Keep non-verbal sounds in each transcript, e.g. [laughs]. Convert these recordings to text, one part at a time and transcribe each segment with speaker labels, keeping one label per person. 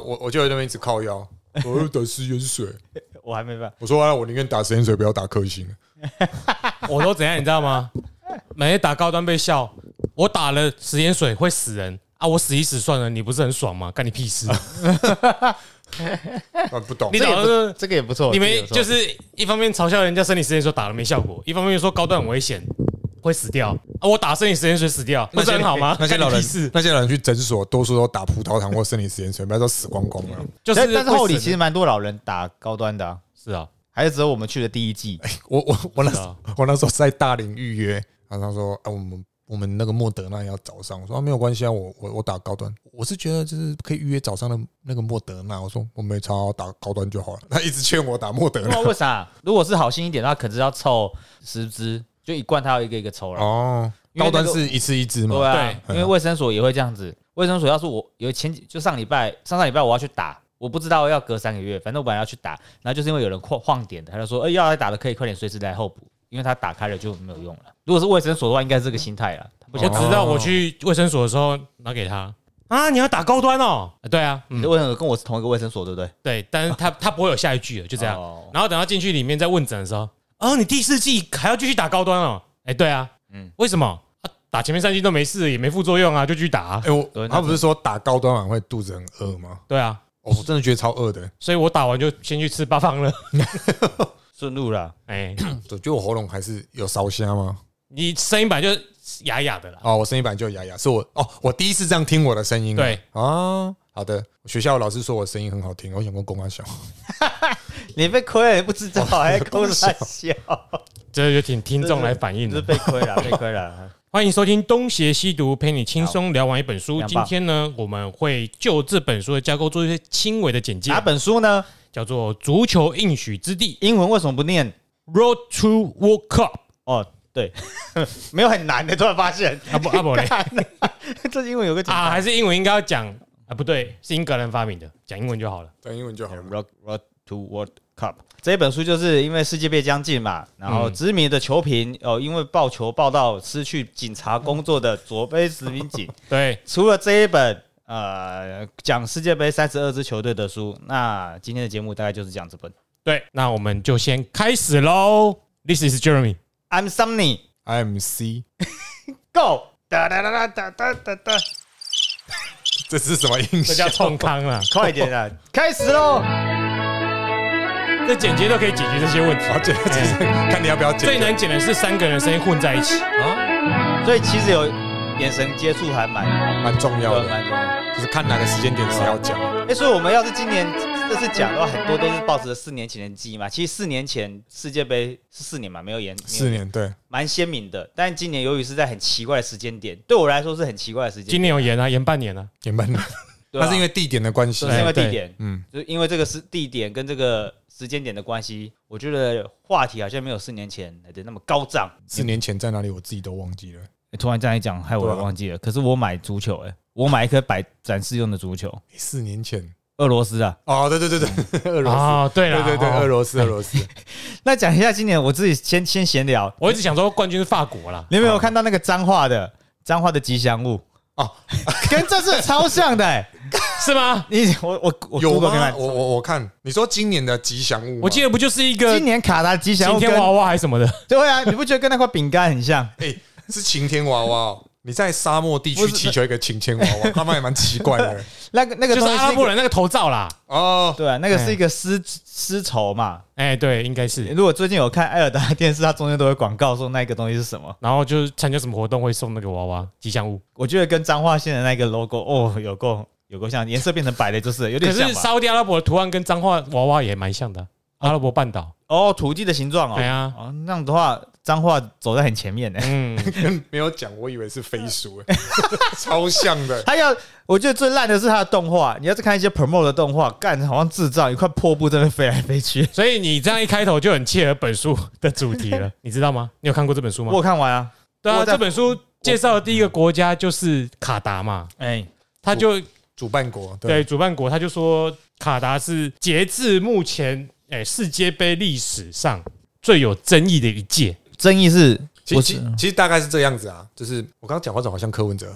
Speaker 1: 我我就在那边一直靠腰， [laughs] 我要打食盐水。
Speaker 2: 我还没办法。
Speaker 1: 我说啊，我宁愿打食盐水，不要打克星。
Speaker 3: 我都怎样，你知道吗？每天打高端被笑，我打了食盐水会死人啊！我死一死算了，你不是很爽吗？干你
Speaker 1: [laughs]
Speaker 3: 屁事！
Speaker 1: 啊，不懂
Speaker 3: 你
Speaker 2: 这个也
Speaker 3: 打
Speaker 2: 不
Speaker 3: 的
Speaker 2: 这个也不错，这
Speaker 3: 你
Speaker 2: 个
Speaker 3: 们
Speaker 2: 也不错
Speaker 3: 就是一方面嘲笑人家生理实验说打了没效果，一方面又说高端很危险，会死掉啊！我打生理实验水死掉，不是很好吗？
Speaker 1: 那些
Speaker 3: 干你
Speaker 1: 老人
Speaker 3: 屁事，
Speaker 1: 那些老人去诊所，多数都打葡萄糖或生理食盐水，不要说死光光了。
Speaker 3: 就是
Speaker 2: 但但是
Speaker 3: 会
Speaker 2: 后
Speaker 3: 死
Speaker 2: 里
Speaker 3: 人
Speaker 2: 其实蛮多老人打高端的啊，
Speaker 3: 是
Speaker 1: 哦
Speaker 3: 啊，
Speaker 2: 还是只有我们去的第一 [laughs] 季，
Speaker 1: 我我我那
Speaker 3: 是啊
Speaker 1: [laughs] 我那时候在大林预约，然后他说啊，我们我们那个莫德纳要早上，我说啊没有关系啊，我我我打高端，我是觉得就是可以预约早上的那个莫德纳，我说我没差，啊我打高端就好了。他一直劝我打莫德
Speaker 2: 不
Speaker 1: 纳
Speaker 2: 知道，为啥。如果是好心一点的话，可能是要凑十支，就一罐它要一个一个抽了。
Speaker 1: 哦，
Speaker 2: 因为
Speaker 1: 高
Speaker 2: 那个
Speaker 1: 端是一次一支
Speaker 2: 对
Speaker 1: 嘛，
Speaker 2: 啊，
Speaker 1: 对
Speaker 2: 因为卫生所也会这样子。卫生所要是我有前几就上礼拜上上礼拜我要去打，我不知道要隔三个月，反正我本来要去打，然后就是因为有人晃晃点的，他就说，哎、要来打的可以快点随时来候补，因为他打开了就没有用了。如果是卫生所的话，应该是这个心态了。他不
Speaker 3: 我
Speaker 2: 想
Speaker 3: 只
Speaker 2: 打
Speaker 3: 知道我去卫生所的时候拿给他啊，你要打高端哦，啊对啊，
Speaker 2: 你
Speaker 3: 嗯
Speaker 2: 的卫生所跟我是同一个卫生所，对不对？
Speaker 3: 对，但是他他不会有下一句了，就这样
Speaker 2: 啊哦。
Speaker 3: 然后等他进去里面再问诊的时候，哦，你第四季还要继续打高端哦，哎对啊，嗯，为什么？啊打前面三季都没事，也没副作用啊，就继续打啊，
Speaker 1: 哎我
Speaker 2: 对
Speaker 1: 他不是说打高端晚会肚子很饿吗？
Speaker 3: 对啊，
Speaker 1: 哦我真的觉得超饿的，
Speaker 3: 所以我打完就先去吃八方
Speaker 2: [laughs]
Speaker 3: 了。
Speaker 2: 顺路啦，
Speaker 3: 哎，
Speaker 1: 我觉得嗯我喉咙还是有烧瞎吗？
Speaker 3: 你声音本来就是哑哑的啦，
Speaker 1: 哦，我声音本来就有哑哑，是我哦，我第一次这样听我的声音啊。
Speaker 3: 对
Speaker 1: 啊，好的，学校老师说我声音很好听，我想跟公啊安小，
Speaker 2: 你被亏了，你哦不知道，还抠傻笑，
Speaker 3: 这就请听众来反映
Speaker 2: 你是
Speaker 3: 了。
Speaker 2: 被亏了，被亏 [laughs] 了。
Speaker 3: 欢迎收听《东邪西毒》，陪你轻松聊完一本书。
Speaker 2: 好
Speaker 3: 今天呢，我们会就这本书的架构做一些轻微的简介
Speaker 2: 哪，本书呢？
Speaker 3: 叫做《足球应许之地
Speaker 2: 英文为什么不念？
Speaker 3: （Road to World Cup）。
Speaker 2: 哦，对， [laughs] 没有很难的，突然发现
Speaker 3: 啊不啊
Speaker 2: [laughs]
Speaker 3: 不嘞
Speaker 2: 这英文有个简单
Speaker 3: 啊，还是英文应该要讲啊？不对，是英格兰发明的，讲英文就好了。
Speaker 1: 讲英文就好了。
Speaker 2: Rock Road to World Cup 这一本书，就是因为世界杯将近嘛，然后知名的球评哦、因为报球报到失去警察工作的佐菲石明 [laughs] 警，
Speaker 3: 对，
Speaker 2: 除了这一本呃讲世界杯三十二支球队的书，那今天的节目大概就是讲这本。
Speaker 3: 对，那我们就先开始喽。This is Jeremy。
Speaker 2: I'm Sunny
Speaker 1: I M C，
Speaker 2: Go 哒哒哒哒哒哒哒，
Speaker 1: 这是什么音
Speaker 3: 这
Speaker 1: 效？
Speaker 3: 叫冲
Speaker 1: [laughs]
Speaker 3: 康啦，
Speaker 2: 快点啊，开始喽！
Speaker 3: 这简洁都可以解决这些问题。哎
Speaker 1: 好剪，这是看你要不要剪。
Speaker 3: 最难剪的是三个人声音混在一起。
Speaker 1: 啊，
Speaker 2: 所以其实有眼神接触还蛮
Speaker 1: 蛮重要
Speaker 2: 蛮
Speaker 1: 的，
Speaker 2: 重要的。
Speaker 1: 就是看哪个时间点是要讲。
Speaker 3: 哦
Speaker 2: 哎、所以我们要是今年这次讲的话，很多都是抱着四年前的记忆嘛。其实四年前世界杯是四年嘛，没有延
Speaker 1: 四，年对，
Speaker 2: 蛮鲜明的。但今年由于是在很奇怪的时间点，对我来说是很奇怪的时间
Speaker 3: 今
Speaker 2: 点。
Speaker 3: 年有延啊，延半年啊。
Speaker 1: 也蛮难，
Speaker 2: 对啊啊
Speaker 1: 那是因为地点的关系
Speaker 2: 就。是因为
Speaker 3: 对啊
Speaker 2: 地点，
Speaker 1: 嗯，
Speaker 2: 就是因为这个是地点跟这个时间点的关系，我觉得话题好像没有四年前来的那么高涨。
Speaker 1: 四年前在哪里我自己都忘记了。
Speaker 2: 欸突然这样一讲，害我
Speaker 1: 对啊
Speaker 2: 忘记了。可是我买足球、哎，我买一颗摆展示用的足球，
Speaker 1: 四年前
Speaker 2: 俄罗斯啊。
Speaker 1: 哦，对对对对， [laughs] 俄罗斯，
Speaker 3: 哦，对了，
Speaker 1: 对对对，
Speaker 3: 哦
Speaker 1: 俄罗斯俄罗斯，
Speaker 2: 那讲一下今年，我自己先先闲聊。
Speaker 3: 我一直想说冠军是法国啦。
Speaker 2: 你有没有看到那个脏话的脏话的吉祥物？
Speaker 1: 哦，
Speaker 2: [laughs] 跟这次超像的、欸。
Speaker 3: 是吗？
Speaker 2: 你我我我
Speaker 1: 有
Speaker 2: Google 给你
Speaker 1: 吗？
Speaker 2: 看
Speaker 1: 我我我看，你说今年的吉祥物吗，
Speaker 3: 我记得不就是一个
Speaker 2: 今年卡达吉祥
Speaker 3: 晴
Speaker 2: 物
Speaker 3: 天
Speaker 2: 跟
Speaker 3: 娃娃还是什么的？
Speaker 2: 对啊，你不觉得跟那块饼干很像？
Speaker 1: 哎、是晴天娃娃、哦。你在沙漠地
Speaker 2: 不
Speaker 1: 区
Speaker 2: 是
Speaker 1: 祈求一个晴天娃娃，他们也蛮奇怪
Speaker 2: [laughs]
Speaker 1: 的
Speaker 2: 那个那个
Speaker 3: 就是
Speaker 2: 东西
Speaker 3: 阿拉
Speaker 2: 是一
Speaker 3: 伯
Speaker 2: 个
Speaker 3: 人那个哎头罩啦。
Speaker 1: 哦。
Speaker 2: 对啊，那个是一个丝丝绸嘛。
Speaker 3: 哎，对，应该是。
Speaker 2: 如果最近有看艾尔达电视，它中间都会广告说那个东西是什么。
Speaker 3: 然后就是参加什么活动会送那个娃娃吉祥物，
Speaker 2: 我觉得跟彰化县的那个 logo 哦，有够有够像，颜色变成白的，就是有
Speaker 3: 可
Speaker 2: 点像
Speaker 3: 是
Speaker 2: 吧。
Speaker 3: 沙特阿拉伯的图案跟脏话娃娃也蛮像的啊。阿拉伯半岛，
Speaker 2: 哦，土地的形状哦。
Speaker 1: 哎
Speaker 3: 对啊
Speaker 2: 哦，那样的话，彰化走在很前面 [laughs] 呢。
Speaker 3: 嗯，
Speaker 1: 没有讲，我以为是飞
Speaker 2: [laughs]
Speaker 1: 鼠、哎超像的。
Speaker 2: 还有，我觉得最烂的是它的动画。你要是看一些 promo 的动画，干好像智障，一块破布在那边飞来
Speaker 1: [laughs]
Speaker 2: 飞去。
Speaker 3: [laughs] 所以你这样一开头就很切合本书的主题了，你知道吗？你有看过这本书
Speaker 2: 我
Speaker 3: 吗
Speaker 2: 有？看完啊，
Speaker 3: 对
Speaker 2: 我
Speaker 3: 啊，
Speaker 2: 在
Speaker 3: 这本书介绍的第一个国家就是卡达嘛，
Speaker 2: 哎、
Speaker 3: 他就
Speaker 1: 主办国对
Speaker 3: 对主办国，他就说卡达是截至目前，哎、世界杯历史上最有争议的一届。
Speaker 2: 争议是
Speaker 1: 其
Speaker 2: 我
Speaker 1: 其
Speaker 2: 是
Speaker 1: 其实大概是这样子啊，就是我刚刚讲话怎么好像柯文
Speaker 2: [laughs]
Speaker 1: 哲？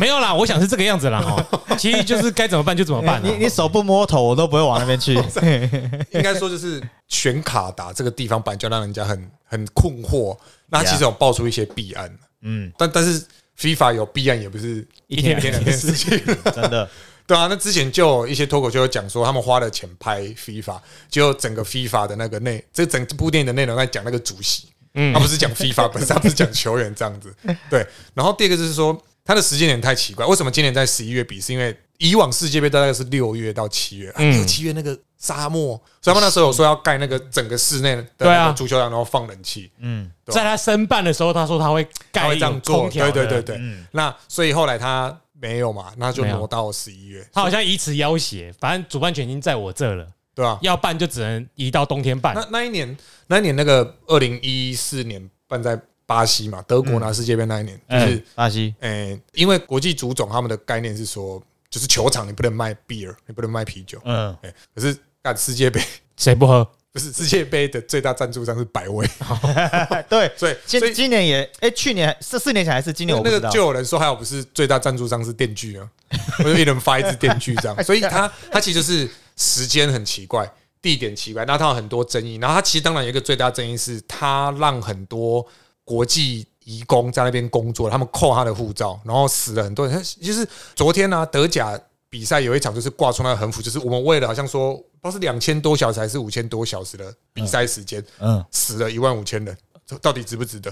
Speaker 3: 没有啦，我想是这个样子啦哦。其实就是该怎么办就怎么办啊。
Speaker 4: 你你手不摸头，我都不会往那边
Speaker 1: [laughs]
Speaker 4: 去。
Speaker 2: [laughs]
Speaker 1: 应该说就是选卡达这个地方本来就让人家很很困惑，那它其实有爆出一些弊案，
Speaker 2: 嗯，
Speaker 1: 但但是 FIFA 有弊案也不是
Speaker 2: 一天
Speaker 1: 一天两天的事情，
Speaker 4: 真的，
Speaker 1: 对啊，那之前就有一些脱口秀有讲说，他们花了钱拍 FIFA，结果整个 FIFA 的那个内，这整部电影的内容在讲那个主席，
Speaker 3: 嗯
Speaker 1: 他不是讲 FIFA 本身，他不是讲球员这样子。对，然后第二个就是说，他的时间点太奇怪，为什么今年在十一月比？是因为以往世界杯大概是六月到七月，啊
Speaker 3: 嗯
Speaker 1: 六七月那个沙漠，所以他们那时候有说要盖那个整个室内的
Speaker 3: 对啊
Speaker 1: 那个足球场，然后放冷气。对
Speaker 3: 在他申办的时候，他说他会
Speaker 1: 他
Speaker 3: 盖
Speaker 1: 会这样做，
Speaker 3: 空调
Speaker 1: 对
Speaker 3: 的嗯
Speaker 1: 对对，对。那所以后来他没有嘛，那就挪到十一月，
Speaker 3: 他好像以此要挟，反正主办权已经在我这了，
Speaker 1: 对啊吧、
Speaker 3: 要办就只能移到冬天办。
Speaker 1: 哦那那一年，那一年那个二零一四年办在巴西嘛，德国拿世界杯那一年，
Speaker 2: 嗯
Speaker 1: 哎就是
Speaker 4: 巴西
Speaker 1: 诶、因为国际足总他们的概念是说，就是球场你不能卖 beer，你不能卖啤酒，
Speaker 2: 嗯，
Speaker 1: 哎、可是干世界杯 [laughs]
Speaker 3: 谁不喝？
Speaker 1: 不是世界杯的最大赞助商是百威，
Speaker 2: 哎
Speaker 4: 对，
Speaker 1: 所以所
Speaker 4: 今
Speaker 1: 以
Speaker 4: 今年也，哎，去年是四年前还是今年？我不
Speaker 1: 那
Speaker 4: 知
Speaker 1: 个
Speaker 4: 道
Speaker 1: 就。有人说，还有不是最大赞助商是电锯呢， [laughs] 我就一人发一支电锯
Speaker 4: [laughs]
Speaker 1: 这样，所以他他其实就是时间很奇怪，地点奇怪，那他有很多争议，然后他其实当然有一个最大争议是，他让很多国际。移工在那边工作，他们扣他的护照，然后死了很多人。就是昨天呢、啊，德甲比赛有一场就是挂出那个横幅，就是我们为了好像说，不知道是两千多小时还是五千多小时的比赛时间，
Speaker 2: 嗯，
Speaker 1: 死了一万五千人，这到底值不值得？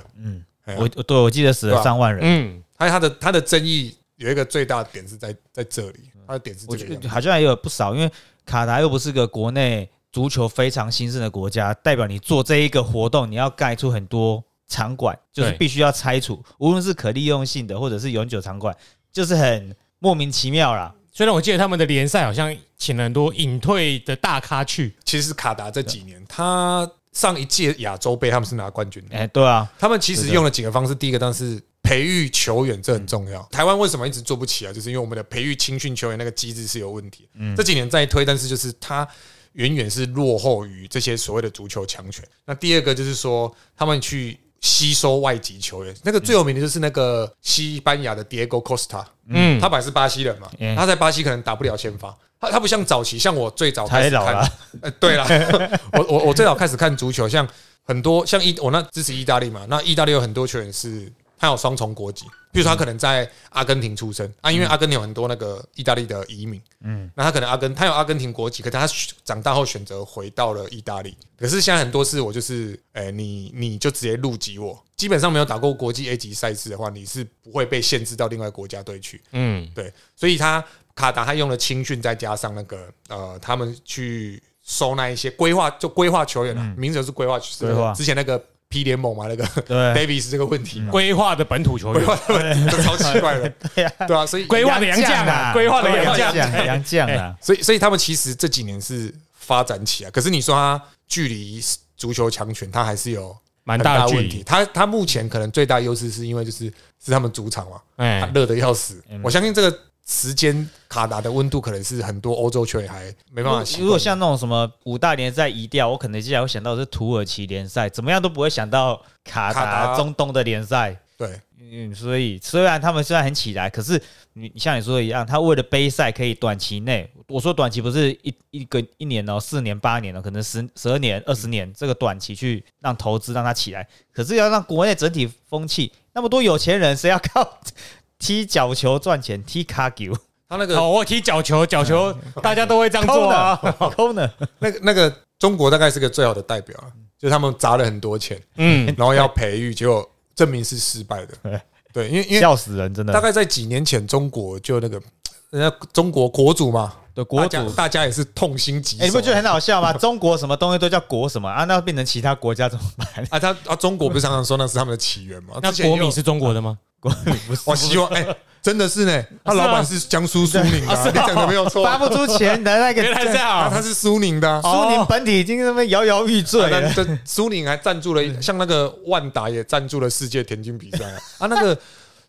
Speaker 1: 哎呀
Speaker 2: 我对我记得死
Speaker 1: 对
Speaker 2: 了
Speaker 1: 啊
Speaker 2: 上万人，
Speaker 3: 嗯，
Speaker 1: 他他的他的争议有一个最大的点是在在这里，他的点是
Speaker 2: 嗯我
Speaker 1: 这
Speaker 2: 觉
Speaker 1: 个样
Speaker 2: 得
Speaker 1: 子。
Speaker 2: 好像也有不少，因为卡达又不是个国内足球非常兴盛的国家，代表你做这一个活动，你要盖出很多场馆，就是
Speaker 3: 对
Speaker 2: 必须要拆除，无论是可利用性的或者是永久场馆，就是很莫名其妙啦。
Speaker 3: 虽然我记得他们的联赛好像请了很多隐退的大咖去，
Speaker 1: 其实卡达这几年，他上一届亚洲杯他们是拿冠军的，
Speaker 2: 哎、对啊，
Speaker 1: 他们其
Speaker 2: 是
Speaker 1: 实
Speaker 2: 的嗯
Speaker 1: 用了几个方式。第一个当然是培育球员，这很重要。台湾为什么一直做不起来，啊就是因为我们的培育青训球员那个机制是有问题。
Speaker 2: 嗯
Speaker 1: 这几年在推，但是就是他远远是落后于这些所谓的足球强权。那第二个就是说，他们去吸收外籍球员，那个最有名的就是那个呃西班牙的 Diego Costa。
Speaker 3: 嗯，
Speaker 1: 他本来是巴西人嘛，
Speaker 2: 嗯
Speaker 1: 他在巴西可能打不了先发，他他不像早期，像我最早开始
Speaker 2: 太老
Speaker 1: 看
Speaker 2: 了，
Speaker 1: 呃，对啦， [laughs] 我我我最早开始看足球，像很多像意我那支持意大利嘛，那意大利有很多球员是他有双重国籍，比如说他可能在阿根廷出生啊，因为阿根廷有很多那个意大利的移民，嗯，那他可能阿根他有阿根廷国籍，可是他长大后选择回到了意大利，可是现在很多事我就是，哎、你你就直接入籍我。基本上没有打过国际 A 级赛事的话，你是不会被限制到另外国家队去。
Speaker 3: 嗯，
Speaker 1: 对，所以他卡达他用了青训，再加上那个呃，他们去收那一些规划，就规划球员
Speaker 3: 嗯
Speaker 1: 啊，名字就是规划，就是
Speaker 3: 啊
Speaker 2: 规划
Speaker 1: 之前那个 P 联盟嘛，那个
Speaker 2: 对，
Speaker 1: Davis 这个问
Speaker 3: [laughs]
Speaker 1: 题嘛，
Speaker 3: 规划的本土球员，
Speaker 1: [laughs] 这超奇怪的，
Speaker 4: 对啊
Speaker 1: 对啊，所以
Speaker 3: [laughs] 啊规划的洋
Speaker 2: [laughs]
Speaker 3: 将啊，规划的洋
Speaker 2: 杨
Speaker 3: 将， [laughs] 哎
Speaker 2: 将，杨将啊，
Speaker 1: 所以所以他们其实这几年是发展起来，可是你说他距离足球强权，他还是有
Speaker 3: 蛮
Speaker 1: 很
Speaker 3: 大
Speaker 1: 大的
Speaker 3: 的距
Speaker 1: 问题。
Speaker 3: 离。
Speaker 1: 他他目前可能最大优势是因为就是是他们主场嘛，他
Speaker 3: 哎，
Speaker 1: 热的要死
Speaker 2: 嗯。
Speaker 1: 我相信这个时间卡达的温度可能是很多欧洲球员还没办法习惯的。
Speaker 2: 如果像那种什么五大联赛移掉，我可能接下来会想到的是土耳其联赛，怎么样都不会想到卡
Speaker 1: 卡
Speaker 2: 达
Speaker 1: 达
Speaker 2: 中东的联赛。
Speaker 1: 对
Speaker 2: 嗯，所以虽然他们虽然很起来，可是你你像你说的一样，他为了杯赛可以短期内，我说短期不是一一个一年哦、四年八年哦、可能十十二
Speaker 1: 嗯
Speaker 2: 年、二十年这个短期去让投资让它起来，可是要让国内整体风气那么多有钱人，谁要靠 [laughs] 踢脚球赚钱，踢卡球
Speaker 1: 他那个嗯
Speaker 3: 哦，我踢脚球，脚球大家都会这样做啊。
Speaker 2: 抠呢？ [laughs]
Speaker 1: 那个那个中国大概是个最好的代表啊，
Speaker 2: 嗯
Speaker 1: 就是他们砸了很多钱，
Speaker 3: 嗯，
Speaker 1: 然后要培育，结果证明是失败的。对，因为因为
Speaker 2: 嗯笑死人，真
Speaker 1: 大
Speaker 2: 的。
Speaker 1: 概在几年前，中国就那个人家中国国主嘛，
Speaker 2: 对国
Speaker 1: 大家
Speaker 2: 主
Speaker 1: 大家也是痛心疾
Speaker 2: 哎、
Speaker 1: 首啊。
Speaker 2: 你不觉得很好笑吗？中国什么东西都叫国什么啊？那变成其他国家怎么办？
Speaker 1: 啊？他啊，中国不是常常说那是他们的起源吗？
Speaker 3: 那
Speaker 1: 之前
Speaker 3: 国
Speaker 1: 也有啊
Speaker 3: 米是中国的吗？
Speaker 2: 国不是
Speaker 1: 我希望哎，真的是呢，他老板是江苏苏宁的啊，你讲的没有 [laughs] 错
Speaker 2: 发
Speaker 1: 啊，
Speaker 2: 不出钱
Speaker 1: [laughs]
Speaker 2: 的那个
Speaker 3: 原来是这
Speaker 1: 啊
Speaker 3: 样
Speaker 1: 他
Speaker 3: 啊，
Speaker 1: 是苏宁的啊。
Speaker 2: 苏宁本体已经那么摇摇欲坠
Speaker 1: 那
Speaker 2: 了。
Speaker 1: 这苏宁还赞助了一，像那个万达也赞助了世界田径比赛 [laughs] 啊，啊那个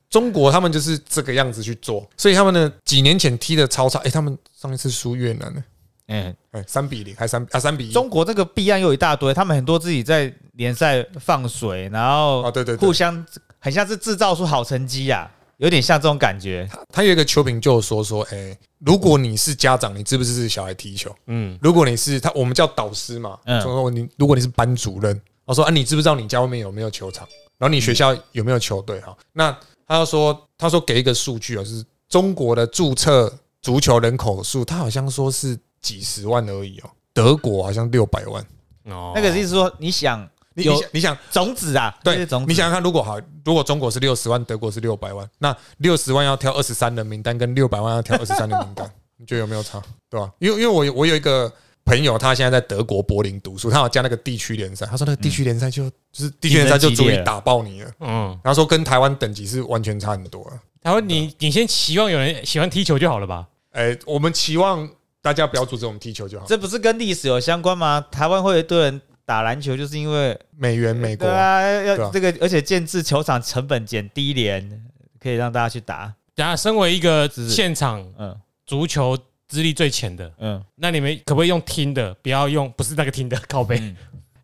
Speaker 1: 中国他们就是这个样子去做，所以他们呢几年前踢的超差，哎，他们上一次输越南呢，
Speaker 2: 嗯，
Speaker 1: 哎，三比零还三啊三比一，
Speaker 2: 中国这个弊案又一大堆，他们很多自己在联赛放水，然
Speaker 1: 啊，
Speaker 2: 后
Speaker 1: 对对对
Speaker 2: 互，相很像是制造出好成绩啊，有点像这种感觉。
Speaker 1: 他他有一个球评就有说说，哎、如果你是家长，你支不支持小孩踢球？
Speaker 3: 嗯，
Speaker 1: 如果你是他，我们叫导师嘛，
Speaker 2: 嗯
Speaker 1: 就说你如果你是班主任，我说啊，你知不知道你家外面有没有球场？然后你学校有没有球队？哈，那他就说，他说给一个数据啊，就是中国的注册足球人口数，他好像说是几十万而已哦，德国好像六百万。
Speaker 3: 哦
Speaker 2: 那个意思说，你想
Speaker 1: 你
Speaker 2: 有
Speaker 1: 你想你想
Speaker 2: 种子啊，这
Speaker 1: 对
Speaker 2: 是种，子
Speaker 1: 你想想看，如果好，如果中国是六十万，德国是六百万，那六十万要挑二十三人名单，跟六百万要挑二十三人名
Speaker 2: [laughs]
Speaker 1: 单，你觉得有没有差？对吧、因为因为我有我有一个朋友，他现在在德国柏林读书，他有加那个地区联赛，他说那个地区联赛就、就是地区联赛就足以打爆你了，
Speaker 3: 嗯，
Speaker 1: 然后说跟台湾等级是完全差很多啊了。
Speaker 3: 台湾你你先期望有人喜欢踢球就好了吧？
Speaker 1: 哎、我们期望大家不要阻止我们踢球就好。
Speaker 2: 这不是跟历史有相关吗？台湾会有一堆人打篮球，就是因为
Speaker 1: 美元美国
Speaker 2: 对啊，
Speaker 1: 对
Speaker 2: 要
Speaker 1: 啊
Speaker 2: 这个，而且建制球场成本减低廉，可以让大家去打。
Speaker 3: 等下，身为一个
Speaker 2: 是
Speaker 3: 现场
Speaker 2: 嗯
Speaker 3: 足球资历最浅的，
Speaker 2: 嗯，
Speaker 3: 那你们可不可以用听的，不要用不是那个听的靠背，
Speaker 2: 嗯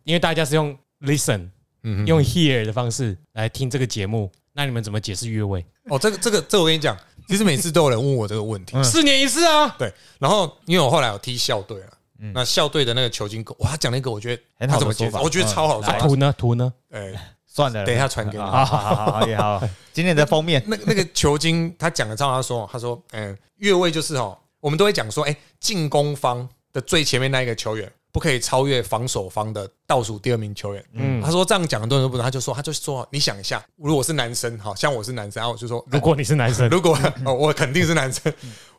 Speaker 3: 因为大家是用 listen
Speaker 1: 嗯哼
Speaker 3: 用 hear 的方式来听这个节目，那你们怎么解释越位？
Speaker 1: 哦，这个这个这个我跟你讲，其实每次都有人问我这个
Speaker 2: [laughs]
Speaker 1: 问题，
Speaker 2: 嗯
Speaker 3: 四年一次啊，
Speaker 1: 然后因为我后来有踢校队了，
Speaker 2: 嗯
Speaker 1: 那校队的那个球经狗，哇，他讲了一个我觉得
Speaker 2: 很
Speaker 1: 他
Speaker 2: 好
Speaker 1: 怎
Speaker 2: 的
Speaker 1: 么解
Speaker 2: 说
Speaker 1: 释，
Speaker 2: 法，
Speaker 1: 我觉得超好
Speaker 2: 嗯
Speaker 1: 笑
Speaker 3: 啊。图呢图呢？
Speaker 1: 哎，
Speaker 2: 算了，
Speaker 1: 等一下传给你。
Speaker 2: 好好好好好也好，今天的封面
Speaker 1: 那那个球经他讲的超好，他说他说，嗯，越位就是哦，我们都会讲说，哎，进攻方的最前面那一个球员不可以超越防守方的倒数第二名球员。
Speaker 3: 嗯
Speaker 1: 他，说这样讲很多人都不懂，他就说他就说，你想一下，如果是男生，好像我是男生，啊然后我就说，
Speaker 3: 如果你是男
Speaker 1: 嗯
Speaker 3: 生，
Speaker 1: 如果 [laughs] 哦，我肯定是男生。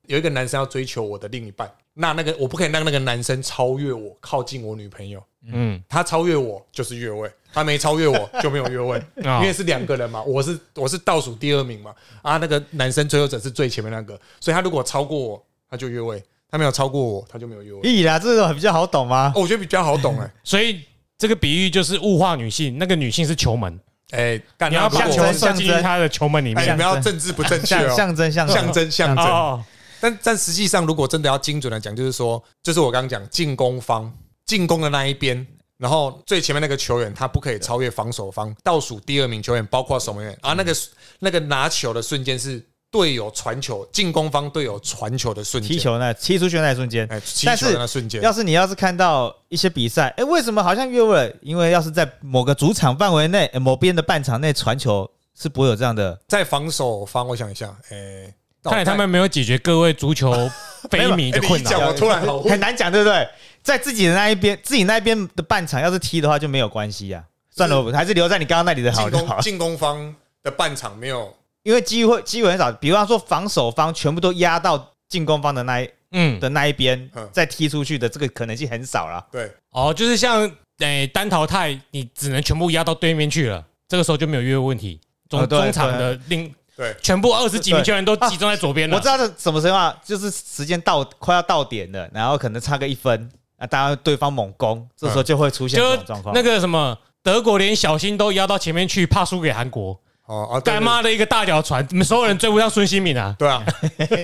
Speaker 1: 有一个男生要追求我的另一半，那那个我不可以让那个男生超越我，靠近我女朋友。
Speaker 3: 嗯，
Speaker 1: 他超越我就是越位，他没超越
Speaker 3: [laughs]
Speaker 1: 我就没有越位，因
Speaker 3: 啊
Speaker 1: 为是两个人嘛，我是我是倒数第二名嘛，啊，那个男生追求者是最前面那个，所以他如果超过我，他就越位；他没有超过我，他就没有越位。
Speaker 2: 咦啦，这个比较好懂吗？
Speaker 1: 哦，我觉得比较好懂哎、
Speaker 3: 所以这个比喻就是物化女性，那个女性是球门，
Speaker 1: 欸，哎、干
Speaker 3: 你
Speaker 1: 那
Speaker 3: 要把
Speaker 1: 如
Speaker 3: 球
Speaker 1: 果
Speaker 2: 象征
Speaker 3: 射进去她的球门里
Speaker 1: 哎、
Speaker 3: 面
Speaker 1: 你。们要政治不正确
Speaker 2: 象
Speaker 1: 哦，
Speaker 2: 象征象征
Speaker 1: 象征象征。
Speaker 3: 哦，
Speaker 1: 但但实际上，如果真的要精准的讲，就是说，就是我刚刚讲进攻方进攻的那一边，然后最前面那个球员他不可以超越防守方倒数第二名球员，包括守门员啊，那个
Speaker 2: 嗯
Speaker 1: 那个拿球的瞬间是队友传球，进攻方队友传球的瞬间，
Speaker 2: 踢，球那踢出去的那一瞬间，
Speaker 1: 哎，踢
Speaker 2: 但
Speaker 1: 球
Speaker 2: 是
Speaker 1: 的那瞬间，
Speaker 2: 要是你要是看到一些比赛，哎、为什么好像越位了？因为要是在某个主场范围内、呃某边的半场内传球，是不会有这样的。
Speaker 1: 在防守方，我想一下，哎，
Speaker 3: 看来他们没有解决各位
Speaker 1: [laughs]
Speaker 3: 足球非迷的
Speaker 1: 哎
Speaker 3: 困
Speaker 1: 你一
Speaker 3: 扰
Speaker 1: 讲，我突然好
Speaker 2: 很难讲，对不对？在自己的那一边，自己那一边的半场，要是踢的话就没有关系呀、算了，我还是留在你刚刚那里的好
Speaker 1: 进
Speaker 2: 就好
Speaker 1: 攻，进攻方的半场没有
Speaker 2: 因为机会机会很少。比方说防守方全部都压到进攻方的那一
Speaker 3: 嗯，
Speaker 2: 的那一边
Speaker 1: 嗯，
Speaker 2: 再踢出去的这个可能性很少了。
Speaker 1: 对。
Speaker 3: 哦，就是像诶、单淘汰，你只能全部压到对面去了，这个时候就没有越位问题。中、
Speaker 2: 哦对
Speaker 3: 中场的另
Speaker 1: 啊对
Speaker 3: 全部二十几名球员都集中在左边了。
Speaker 2: 我知道这什么情况啊，就是时间到快要到点了，然后可能差个一分，啊，当然对方猛攻，这
Speaker 1: 嗯
Speaker 2: 时候就会出现这种状
Speaker 3: 就
Speaker 2: 况。
Speaker 3: 那个什么德国连小新都压到前面去，怕输给韩国，
Speaker 1: 哦啊，对
Speaker 3: 干妈的一个大脚传，你们所有人追不上孙兴敏啊！
Speaker 1: 对
Speaker 2: [laughs]
Speaker 1: 啊，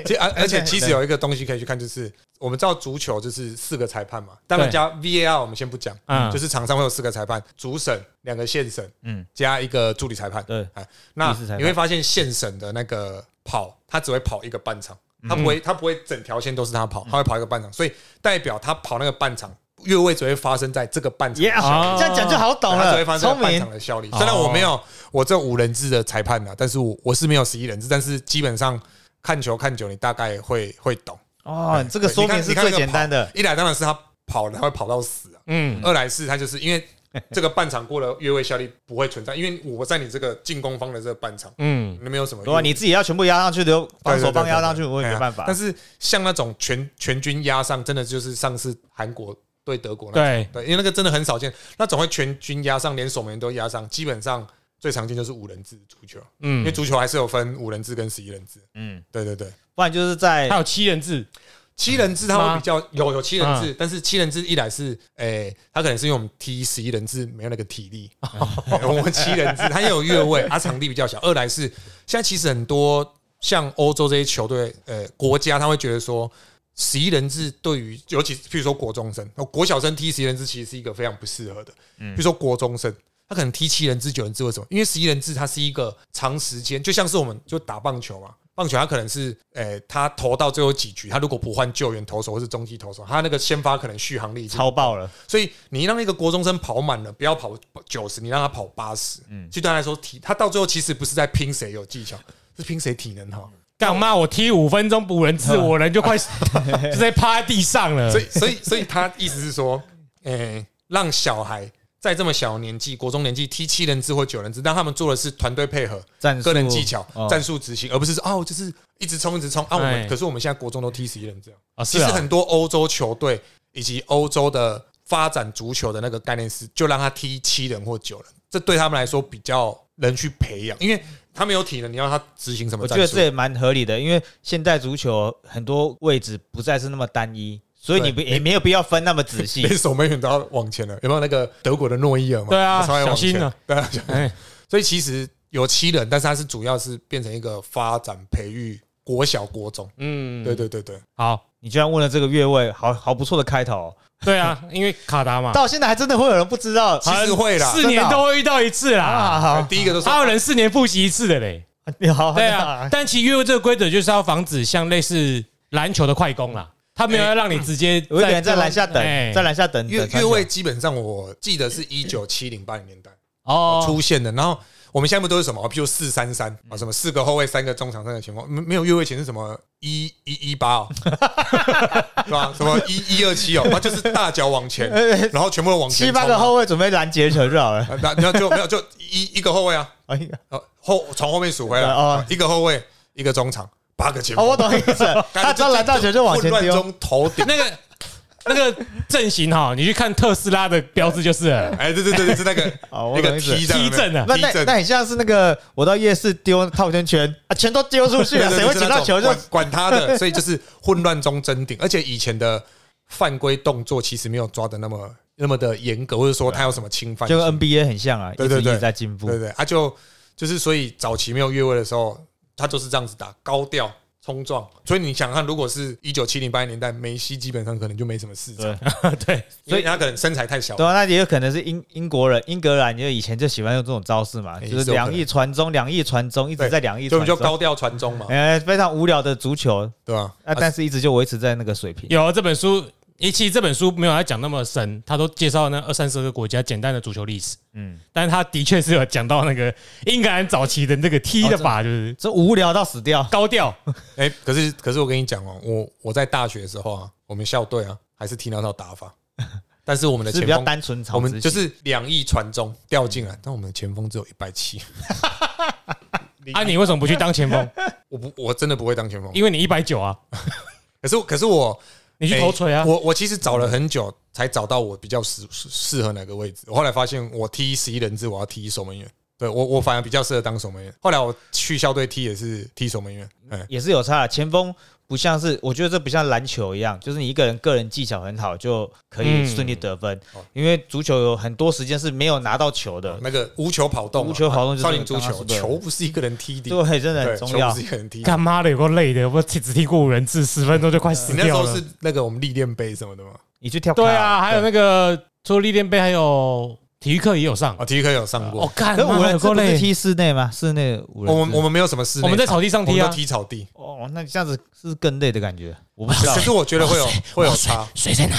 Speaker 1: 其而而且其实有一个东西可以去看，就是我们知道足球就是四个裁判嘛，当然
Speaker 3: 对
Speaker 1: 加 VAR 我们先不讲，
Speaker 3: 嗯
Speaker 1: 就是场上会有四个裁判，主审两个线审，
Speaker 2: 嗯
Speaker 1: 嗯，加一个助理裁判，
Speaker 2: 对
Speaker 1: 哎，那
Speaker 2: 第四裁判
Speaker 1: 你会发现线审的那个跑，他只会跑一个半场，
Speaker 2: 嗯
Speaker 1: 他不会他不会整条线都是他跑，他会跑一个半场，所以代表他跑那个半场越位只会发生在这个半场
Speaker 2: 也好，
Speaker 3: 哦
Speaker 2: 啊这样讲就好懂
Speaker 1: 他只会发
Speaker 2: 了，
Speaker 1: 生在
Speaker 2: 聪
Speaker 1: 半
Speaker 2: 明哦
Speaker 1: 场。的效力。虽然我没有我这五人制的裁判啊呐，但是我我是没有十一人制，但是基本上看球看久，你大概会会懂。
Speaker 2: 哦，这个
Speaker 1: 对
Speaker 2: 说
Speaker 1: 你看
Speaker 2: 明是
Speaker 1: 你看
Speaker 2: 最
Speaker 1: 那个
Speaker 2: 简单的
Speaker 1: 跑。一来当然是他跑了，他会跑到死啊；
Speaker 3: 嗯，
Speaker 1: 二来是他就是因为这个半场过了越位效力不会存在，因为我在你这个进攻方的这个半场，
Speaker 3: 嗯，
Speaker 1: 那没有什么越
Speaker 2: 如
Speaker 1: 位。
Speaker 2: 啊果你自己要全部压上去，留
Speaker 1: 对
Speaker 2: 防
Speaker 1: 对
Speaker 2: 守方
Speaker 1: 对
Speaker 2: 压
Speaker 1: 对
Speaker 2: 上去，
Speaker 1: 对
Speaker 2: 我也
Speaker 1: 哎
Speaker 2: 没
Speaker 1: 呀
Speaker 2: 办法
Speaker 1: 但。是像那种全全军压上，真的就是上次韩国对德国那种
Speaker 3: 对，
Speaker 1: 对，因为那个真的很少见，那总会全军压上，连守门员都压上，基本上最常见就是五人制足球，因为
Speaker 3: 嗯，
Speaker 1: 足球还是有分五人制跟十一人制。
Speaker 2: 嗯，
Speaker 1: 对对对，
Speaker 2: 不然就是在
Speaker 3: 还有七人制，
Speaker 1: 七人制它会比较有有七人制，但是七人制一来是，诶，他可能是因为我们踢十一人制没有那个体力，我们七人制它也有越位，它场地比较小。二来是现在其实很多像欧洲这些球队，呃，国家他会觉得说。十一人制对于尤其譬如说国中生，那哦国小生踢十一人制其实是一个非常不适合的。比如说国中生，他可能踢七人制、九人制，为什么？因为十一人制它是一个长时间，就像是我们就打棒球嘛。棒球他可能是，诶、他投到最后几局，他如果不换救援投手或是中继投手，他那个先发可能续航力已经
Speaker 2: 超爆了，
Speaker 1: 所以你让那个国中生跑满了，不要跑九十，你让他跑八十，嗯，就对他来说体，他到最后其实不是在拼谁有技巧，是拼谁体能好。
Speaker 3: 干嘛？我踢五分钟补人次，我人就快
Speaker 1: [laughs]
Speaker 3: 就在趴在地上了
Speaker 1: 嗯所。以，
Speaker 2: 嗯
Speaker 1: 所以，所以他意思是说， [laughs] 诶、让小孩在这么小的年纪，国中年纪踢七人制或九人制，让他们做的是团队配合、
Speaker 2: 战术
Speaker 1: 个人技巧、
Speaker 2: 哦
Speaker 1: 战术执行，而不是说哦，就是一直冲一直冲啊。我们
Speaker 3: 哎
Speaker 1: 可是我们现在国中都踢十一人这样。
Speaker 3: 啊，
Speaker 1: 其
Speaker 3: 是
Speaker 1: 实
Speaker 3: 啊，
Speaker 1: 很多欧洲球队以及欧洲的发展足球的那个概念是，就让他踢七人或九人，这对他们来说比较能去培养，因为他没有体能，你让他执行什么
Speaker 2: 我觉
Speaker 1: 战
Speaker 2: 得
Speaker 1: 术
Speaker 2: 这？也蛮合理的，因为现代足球很多位置不再是那么单一，所以你不
Speaker 1: 对
Speaker 2: 也没有必要分那么仔细
Speaker 1: [laughs] 连。守门员都要往前了，有没有那个德国的诺伊尔嘛？
Speaker 3: 对啊
Speaker 1: 他稍微往
Speaker 3: 小心啊
Speaker 1: 前！对啊，小
Speaker 3: 哎，
Speaker 1: 所以其实有七人，但是他是主要是变成一个发展培育国小国中。
Speaker 3: 嗯，
Speaker 1: 对，对对对，
Speaker 3: 好，
Speaker 2: 你居然问了这个越位，好好不错的开头，
Speaker 3: 对啊，因为卡达嘛，
Speaker 2: 到现在还真的会有人不知道
Speaker 1: 其实会啦。啊
Speaker 3: 四年都会遇到一次啦，
Speaker 2: 啊！好，
Speaker 1: 第一个都是
Speaker 3: 还有人四年复习一次的嘞。
Speaker 2: 你好，
Speaker 3: 对啊，，但其实越位这个规则就是要防止像类似篮球的快攻啦，他没有要让你直
Speaker 2: [coughs]
Speaker 3: 接
Speaker 2: 哎有一个人在篮下等
Speaker 3: 哎，
Speaker 2: 在篮下等
Speaker 1: 啊越
Speaker 2: 等传
Speaker 1: 越
Speaker 2: 球
Speaker 1: 位，基本上我记得是一九七零八零年代。
Speaker 3: 哦嗯
Speaker 1: 出现的。然后我们现在不都是什么，譬如四三三啊，什么四个后卫、三个中场、三个前锋，没没有越位前是什么一一一八
Speaker 3: [laughs]
Speaker 1: 哦，是吧？什么一一二七哦，那就是大脚往前，
Speaker 3: 哎
Speaker 1: 然后全部都往前
Speaker 2: 呃七八
Speaker 1: 冲
Speaker 2: 个
Speaker 1: 啊
Speaker 2: 后卫准备拦截球就好了。
Speaker 1: [laughs] 啊，那那就没有就一一个后卫啊，
Speaker 2: 哎呀，
Speaker 1: 啊后从后面数回来
Speaker 2: 哦
Speaker 1: 啊，一个后卫，一个中场，八个前
Speaker 2: 哦，
Speaker 1: 锋
Speaker 2: 我，懂意思，他只要拦到球就往前
Speaker 1: 混乱
Speaker 2: 丢。
Speaker 1: 中头顶。
Speaker 3: 那个那个阵型哈，你去看特斯拉的标志就是了
Speaker 1: 哎，对对对对，是那个那
Speaker 2: 哦 [laughs] 我懂
Speaker 1: 个
Speaker 2: 意思
Speaker 1: 踢这样有没有
Speaker 3: 踢正啊
Speaker 2: 那
Speaker 1: 踢
Speaker 2: 那
Speaker 1: 正
Speaker 2: 那很像是那个我到夜市丢套圈圈啊，全都丢出去
Speaker 1: 对 [laughs]
Speaker 2: 了，
Speaker 1: 对
Speaker 2: 谁
Speaker 1: 对
Speaker 2: 会
Speaker 1: 就
Speaker 2: 捡
Speaker 1: 那
Speaker 2: 到
Speaker 1: 种
Speaker 2: 球就
Speaker 1: 管管他的？所以就是混乱中争顶，而且以前的犯规动作其实没有抓的那么那么的严格，或者说他有什么侵犯
Speaker 2: 就
Speaker 1: 性，
Speaker 2: 跟 NBA 很像啊，一
Speaker 1: 对
Speaker 2: 直
Speaker 1: 对
Speaker 2: 一
Speaker 1: 对
Speaker 2: 直在进步
Speaker 1: 对。对，他就就是所以早期没有越位的时候，他就是这样子打高调。冲撞，所以你想看，如果是一九七零八零年代，梅西基本上可能就没什么市场，
Speaker 2: [laughs]
Speaker 3: 对，
Speaker 1: 因为他可能身材太小
Speaker 2: 对。啊，那也有可能是英英国人、英格兰，就以前就喜欢用这种招式嘛，
Speaker 1: 也
Speaker 2: 就是
Speaker 1: 是有可
Speaker 2: 两
Speaker 1: 能
Speaker 2: 翼传中，两翼传中，一直
Speaker 1: 哎对
Speaker 2: 在两翼
Speaker 1: 所以我们
Speaker 2: 传
Speaker 1: 就
Speaker 2: 中。
Speaker 1: 高调传中嘛，
Speaker 2: 哎，非常无聊的足球
Speaker 1: 对吧？
Speaker 2: 啊，但是一直就维持在那个水平。
Speaker 3: 有这本书，一期这本书没有要讲那么深，他都介绍那二三十个国家简单的足球历史，
Speaker 2: 嗯，
Speaker 3: 但是他的确是有讲到那个英格兰早期的那个踢的法，就是
Speaker 2: 这无聊到死掉。
Speaker 3: 高调，
Speaker 1: 哎、可是可是我跟你讲哦、我我在大学的时候啊，我们校队啊还是踢那套打
Speaker 2: [laughs]
Speaker 1: 法，但是我们的
Speaker 2: 是
Speaker 1: 前
Speaker 2: 比较
Speaker 1: 锋
Speaker 2: 单纯，
Speaker 1: 我们就是两翼传中掉进来，但我们的前锋只有一百
Speaker 2: [laughs]
Speaker 1: 七。
Speaker 3: 啊，你为什么不去当前锋？
Speaker 1: 我不，我真的不会当前锋。
Speaker 3: 因为你一百九啊，
Speaker 1: 可是，可是我
Speaker 3: 你去头锤啊
Speaker 2: 哎
Speaker 1: 欸，我我其实找了很久才找到我比较适适适合哪个位置。我后来发现，我踢十一人制，我要踢守门员。对我，我反而比较适合当守门员。后来我去校队踢也是踢守门员。哎，
Speaker 2: 也是有差的。前锋不像是，我觉得这不像篮球一样，就是你一个人个人技巧很好就可以顺利得分。
Speaker 1: 嗯哦哦
Speaker 2: 因为足球有很多时间是没有拿到球的，
Speaker 1: 那个无球跑动啊，
Speaker 2: 无球跑动就是
Speaker 1: 少林足
Speaker 2: 刚刚
Speaker 1: 球，
Speaker 2: 是对
Speaker 1: 球不是一个人踢的，
Speaker 2: 对，真的
Speaker 1: 对，
Speaker 2: 很
Speaker 1: 球
Speaker 2: 重要
Speaker 1: 不是。一个人踢的。
Speaker 3: 干妈的有够累的，我只踢过五人制，十分钟就快
Speaker 1: 你
Speaker 3: 死
Speaker 1: 那时
Speaker 3: 掉
Speaker 1: 候
Speaker 3: 了
Speaker 1: 是。那个我们历练杯什么的吗？
Speaker 2: 你去跳卡
Speaker 3: 对啊，还有那个除了历练杯，还有体育课也有上。
Speaker 1: 啊，体育课有上
Speaker 3: 我
Speaker 1: 过。
Speaker 3: 干，
Speaker 2: 可五
Speaker 3: 妈的
Speaker 2: 人
Speaker 3: 有
Speaker 2: 制
Speaker 3: 够
Speaker 2: 不
Speaker 3: 累
Speaker 2: 是。踢室内吗？室内五人制
Speaker 1: 我们我们没有什么室内，
Speaker 3: 哦我们在草地上踢
Speaker 1: 我
Speaker 3: 啊
Speaker 1: 们都，踢草地。
Speaker 2: 哦，那这样子是不是更累的感觉，我不知
Speaker 3: 啊
Speaker 2: 道
Speaker 1: 可，是我啊觉得会有会有差。
Speaker 3: 水哦在哪？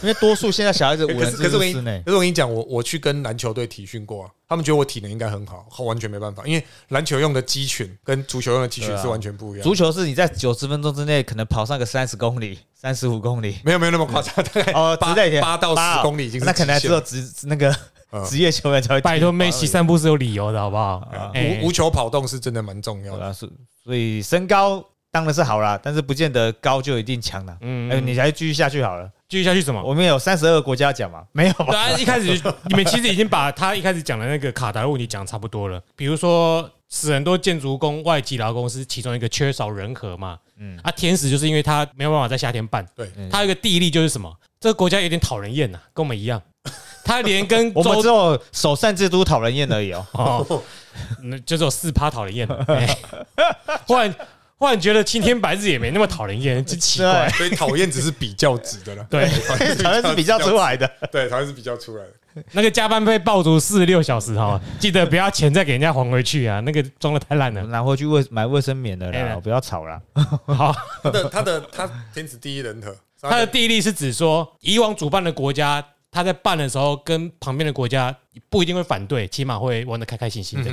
Speaker 2: 因为多数现在小孩子五
Speaker 1: 哎可
Speaker 2: 人
Speaker 1: 是
Speaker 2: 制
Speaker 1: 可是我跟你
Speaker 2: 是室内，
Speaker 1: 可是我跟你讲，我我去跟篮球队体训过啊，他们觉得我体能应该很好，我完全没办法，因为篮球用的肌群跟足球用的肌群
Speaker 2: 对啊
Speaker 1: 是完全不一样。
Speaker 2: 足球是你在九十分钟之内可能跑上个三十公里、三十五公里
Speaker 1: 没有没有那么夸张，大概
Speaker 2: [laughs] 哦
Speaker 1: 八
Speaker 2: 之类的，
Speaker 1: 八到
Speaker 2: 哦
Speaker 1: 十公里已经是
Speaker 2: 那可能还
Speaker 1: 极
Speaker 2: 只
Speaker 1: 限
Speaker 2: 有
Speaker 1: 了
Speaker 2: 职那个
Speaker 1: 嗯
Speaker 2: [laughs] 职业球员才会踢
Speaker 3: 拜托，梅西散步是有理由的，好不好
Speaker 2: 啊？
Speaker 3: 哎
Speaker 1: 无无球跑动是真的蛮重要
Speaker 2: 对
Speaker 1: 的。
Speaker 2: 啊，所所以身高当然是好啦，但是不见得高就一定强啦。
Speaker 3: 嗯
Speaker 2: 哎、你还继续下去好了。
Speaker 3: 继续下去什么？
Speaker 2: 我们有三十二个国家讲嘛？没有吧？
Speaker 3: [laughs] 对啊，一开始就你们其实已经把他一开始讲的那个卡达的问题讲差不多了。比如说，使很多建筑工、外籍劳工是其中一个缺少人和嘛。
Speaker 2: 嗯
Speaker 3: 嗯，啊，天使就是因为他没有办法在夏天办，
Speaker 1: 对，
Speaker 2: 嗯
Speaker 3: 他有一个地利就是什么？这个国家有点讨人厌呐，跟我们一样。他连跟
Speaker 2: [laughs] 我们
Speaker 3: 周
Speaker 2: 只有首善之都
Speaker 3: [laughs]
Speaker 2: 讨人厌而已哦。
Speaker 3: 嗯哦，那就只有四趴讨人厌了。哎不然忽然觉得青天白日也没那么讨人厌，真奇怪。
Speaker 2: 啊
Speaker 1: 所以讨厌只是比较值的了。 [laughs]
Speaker 3: 对，
Speaker 2: 好像是比较出来的。
Speaker 1: 对，讨厌是比较出来的。
Speaker 3: 那个加班费爆足四十六小时哈，记得不要钱再给人家还回去啊，那个装的太烂了。
Speaker 2: 拿回去卫买卫生棉的
Speaker 3: 哎
Speaker 2: 啦，不要吵啦。
Speaker 3: 好，
Speaker 1: 他的他的他天子第一人
Speaker 2: [laughs]
Speaker 1: 和，
Speaker 3: 他的地利是指说，以往主办的国家，他在办的时候跟旁边的国家不一定会反对，起码会玩的开开心心的。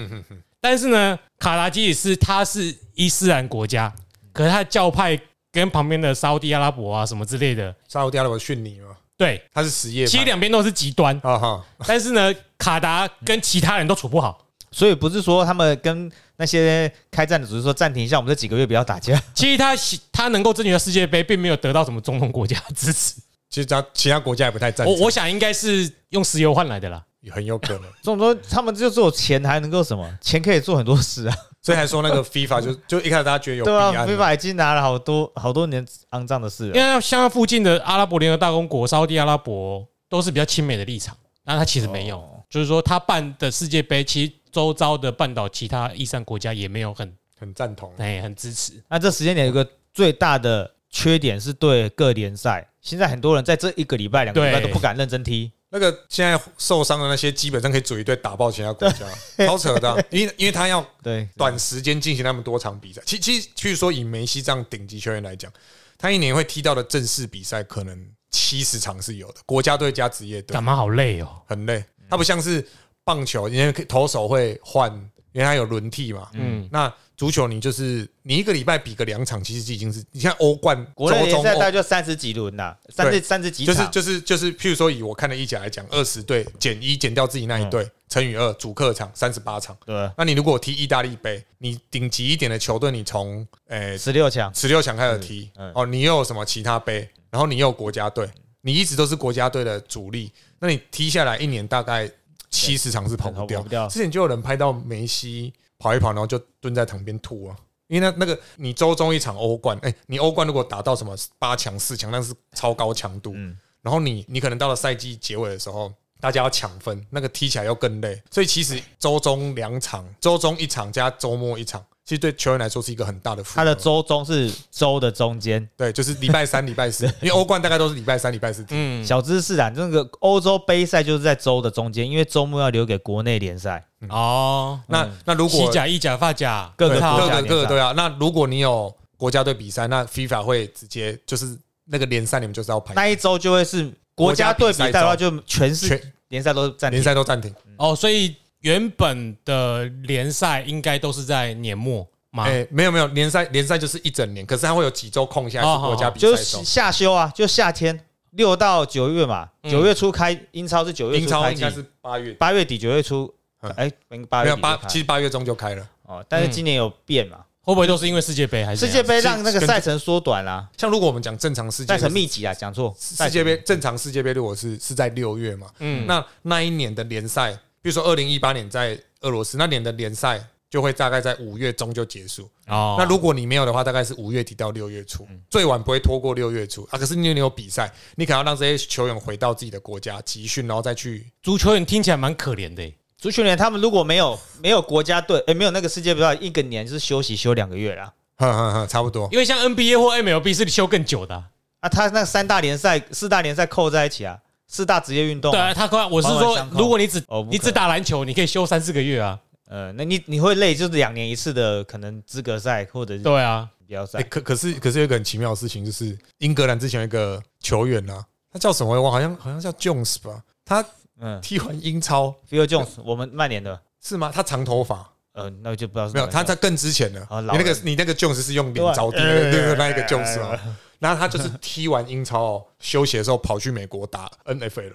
Speaker 3: 但是呢，卡达基里斯它是伊斯兰国家，可是它的教派跟旁边的沙烏地阿拉伯啊什么之类的，
Speaker 1: 沙乌地阿拉伯逊尼嘛，
Speaker 3: 对，
Speaker 1: 他是实业派
Speaker 3: 其实两边都是极端。
Speaker 1: 啊哈，
Speaker 3: 但是呢，卡达跟其他人都处不好。
Speaker 2: 所以不是说他们跟那些开战的只是说暂停一下，我们这几个月不要打架。 [laughs]
Speaker 3: 其实他他能够争取到世界杯，并没有得到什么中东国家的支持。
Speaker 1: 其实他其他国家也不太赞
Speaker 3: 我
Speaker 1: 成，
Speaker 3: 我想应该是用石油换来的啦。
Speaker 1: 也很有可能。
Speaker 2: 这种说他们就只有钱，还能够什么？钱可以做很多事啊，
Speaker 1: 所以还说那
Speaker 2: [laughs]
Speaker 1: 个 FIFA 就就一开始大家觉得有弊
Speaker 2: 对啊，
Speaker 1: 案
Speaker 2: 非
Speaker 1: 嘛，
Speaker 2: 法已经拿了好多好多年肮脏的事了
Speaker 3: 因。为像它附近的阿拉伯联合大公国、沙地阿拉伯都是比较亲美的立场，但它其实没有，
Speaker 2: 哦
Speaker 3: 就是说它办的世界杯，其实周遭的半岛其他伊斯兰国家也没有很
Speaker 1: 很赞同。
Speaker 3: 哎、很支持。
Speaker 2: 那这时间点有一个最大的缺点是对各联赛，现在很多人在这一个礼拜、两个礼拜
Speaker 3: 对
Speaker 2: 都不敢认真踢。
Speaker 1: 那个现在受伤的那些，基本上可以组一队打爆其他国
Speaker 2: [laughs]
Speaker 1: 家，超扯的啊、因为因为他要
Speaker 2: 对，
Speaker 1: 短时间进行那么多场比赛。其其实，据说以梅西这样顶级球员来讲，他一年会踢到的正式比赛可能七十场是有的，国家队加职业队
Speaker 3: 干，嘛好累哦？
Speaker 1: 很累。他不像是棒球，因为投手会换，因为他有轮替嘛。
Speaker 3: 嗯，
Speaker 1: 那足球你就是你一个礼拜比个两场，其实已经是你像欧冠、
Speaker 2: 国内
Speaker 1: 周
Speaker 2: 联
Speaker 1: 中
Speaker 2: 赛大概
Speaker 1: 欧，
Speaker 2: 就三十几轮呐，三
Speaker 1: 对
Speaker 2: 十三十几
Speaker 1: 就
Speaker 2: 场，
Speaker 1: 是就是就是，譬如说以我看的意甲来讲，二十队减一减掉自己那一
Speaker 2: 嗯
Speaker 1: 队，乘以二，主客场三十八场。
Speaker 2: 对
Speaker 1: 那你如果踢意大利杯，你顶级一点的球队，你从诶
Speaker 2: 十六强。
Speaker 1: 十六强开始踢
Speaker 2: 嗯嗯，
Speaker 1: 哦，你又有什么其他杯，然后你又有国家队，你一直都是国家队的主力，那你踢下来一年大概七十场是跑不
Speaker 2: 跑
Speaker 1: 掉
Speaker 2: 不。掉
Speaker 1: 之前就有人拍到梅西跑一跑，然后就蹲在旁边吐啊。因为那那个你周中一场欧冠，哎、你欧冠如果打到什么八强、四强，那是超高强度。
Speaker 2: 嗯
Speaker 1: 然后你你可能到了赛季结尾的时候，大家要抢分，那个踢起来又更累。所以其实周中两场，周中一场加周末一场，其实对球员来说是一个很大的负荷。
Speaker 2: 它的周中是周的中间，
Speaker 1: 对，就是礼拜三、礼拜
Speaker 2: [laughs]
Speaker 1: 四，因为欧冠大概都是礼拜三、礼拜四踢。
Speaker 3: 嗯，
Speaker 2: 小知识啊，那个欧洲杯赛就是在周的中间，因为周末要留给国内联赛，
Speaker 3: 哦，
Speaker 1: 那
Speaker 2: 嗯
Speaker 1: 那如
Speaker 3: 西
Speaker 1: 果
Speaker 3: 甲、意甲、法甲，
Speaker 2: 各个
Speaker 1: 对
Speaker 2: 国
Speaker 1: 各
Speaker 2: 家
Speaker 1: 个各
Speaker 2: 联
Speaker 1: 个
Speaker 2: 赛。
Speaker 1: 对啊，那如果你有国家队比赛，那 FIFA 会直接就是那个联赛，你们就是要
Speaker 2: 那
Speaker 1: 排
Speaker 2: 一周就会是哎国家队比赛的话，就全是
Speaker 1: 全
Speaker 2: 联赛都暂停
Speaker 1: 联。赛都暂停。
Speaker 3: 哦，所以原本的联赛应该都是在年末嘛，
Speaker 2: 啊
Speaker 1: 哎，没有没有，联赛联赛就是一整年，可是它会有几周空下来
Speaker 3: 哦
Speaker 1: 是国家比赛
Speaker 2: 就是
Speaker 1: 周。
Speaker 2: 夏休啊，就夏天六到九月嘛，
Speaker 3: 嗯
Speaker 2: 九月初开英超是九月
Speaker 1: 英
Speaker 2: 初
Speaker 1: 超
Speaker 2: 开
Speaker 1: 应该
Speaker 2: 季，
Speaker 1: 是八月，
Speaker 2: 八月底九月初，
Speaker 1: 嗯
Speaker 2: 哎，应该八
Speaker 1: 没
Speaker 2: 月
Speaker 1: 有
Speaker 2: 底
Speaker 1: 八
Speaker 2: 就，开
Speaker 1: 其实八月中就开了。
Speaker 2: 哦，但是今年有变嘛，
Speaker 3: 会不会都是因为世界杯还
Speaker 2: 世
Speaker 3: 是怎
Speaker 2: 界
Speaker 3: 样
Speaker 2: 杯让那个
Speaker 1: 嗯是
Speaker 2: 赛程缩短啦，
Speaker 1: 像如果我们讲正常世界
Speaker 2: 赛
Speaker 1: 杯
Speaker 2: 程密集啊，讲错，
Speaker 1: 世界杯正常世界杯如果是是在六月嘛，
Speaker 3: 嗯
Speaker 1: 那那一年的联赛，比如说二零一八年在俄罗斯那年的联赛，就会大概在五月中就结束。
Speaker 3: 哦，
Speaker 1: 那如果你没有的话，大概是五月底到六月初，
Speaker 2: 嗯
Speaker 1: 最晚不会拖过六月初啊。可是因为你有比赛，你可能要让这些球员回到自己的国家集训，然后再去。
Speaker 3: 足球员听起来蛮可怜的欸，
Speaker 2: 足球员他们如果没有没有国家队，哎、没有那个世界杯的话，一个年就是休息休两个月啦。
Speaker 1: 哼哼哼，差不多。
Speaker 3: 因为像 NBA 或 MLB 是休更久的啊、
Speaker 2: 啊，他那三大联赛、四大联赛扣在一起啊，四大职业运动、
Speaker 3: 对啊，
Speaker 2: 啊。
Speaker 3: 他快，我是
Speaker 2: 环环
Speaker 3: 说
Speaker 2: 相，扣
Speaker 3: 如果你只
Speaker 2: 哦不可能
Speaker 3: 你只打篮球，你可以休三四个月啊。
Speaker 2: 呃，那你你会累，就是两年一次的可能资格赛或者是
Speaker 3: 对啊，
Speaker 2: 锦标赛
Speaker 1: 欸、。可可是可是有一个很奇妙的事情，就是英格兰之前有一个球员啊，他叫什么？我好像好像叫 Jones 吧。他
Speaker 2: 嗯
Speaker 1: 踢完英超
Speaker 2: Phil Jones，我们曼联的，
Speaker 1: 是吗？他长头发
Speaker 2: 呃，那我就不知道是
Speaker 1: 没有，
Speaker 2: 哪一
Speaker 1: 他
Speaker 2: 个
Speaker 1: 在更之前的。
Speaker 2: 哦
Speaker 1: 你
Speaker 2: 老
Speaker 1: 那个
Speaker 2: 人
Speaker 1: 你那个 Jones 是用脸着地
Speaker 2: 对啊
Speaker 1: 的，对对，
Speaker 2: 呃
Speaker 1: 那一个 Jones 嘛。然后他
Speaker 3: [laughs]
Speaker 1: 就是踢完英超哦休息的时候跑去美国打 NFL，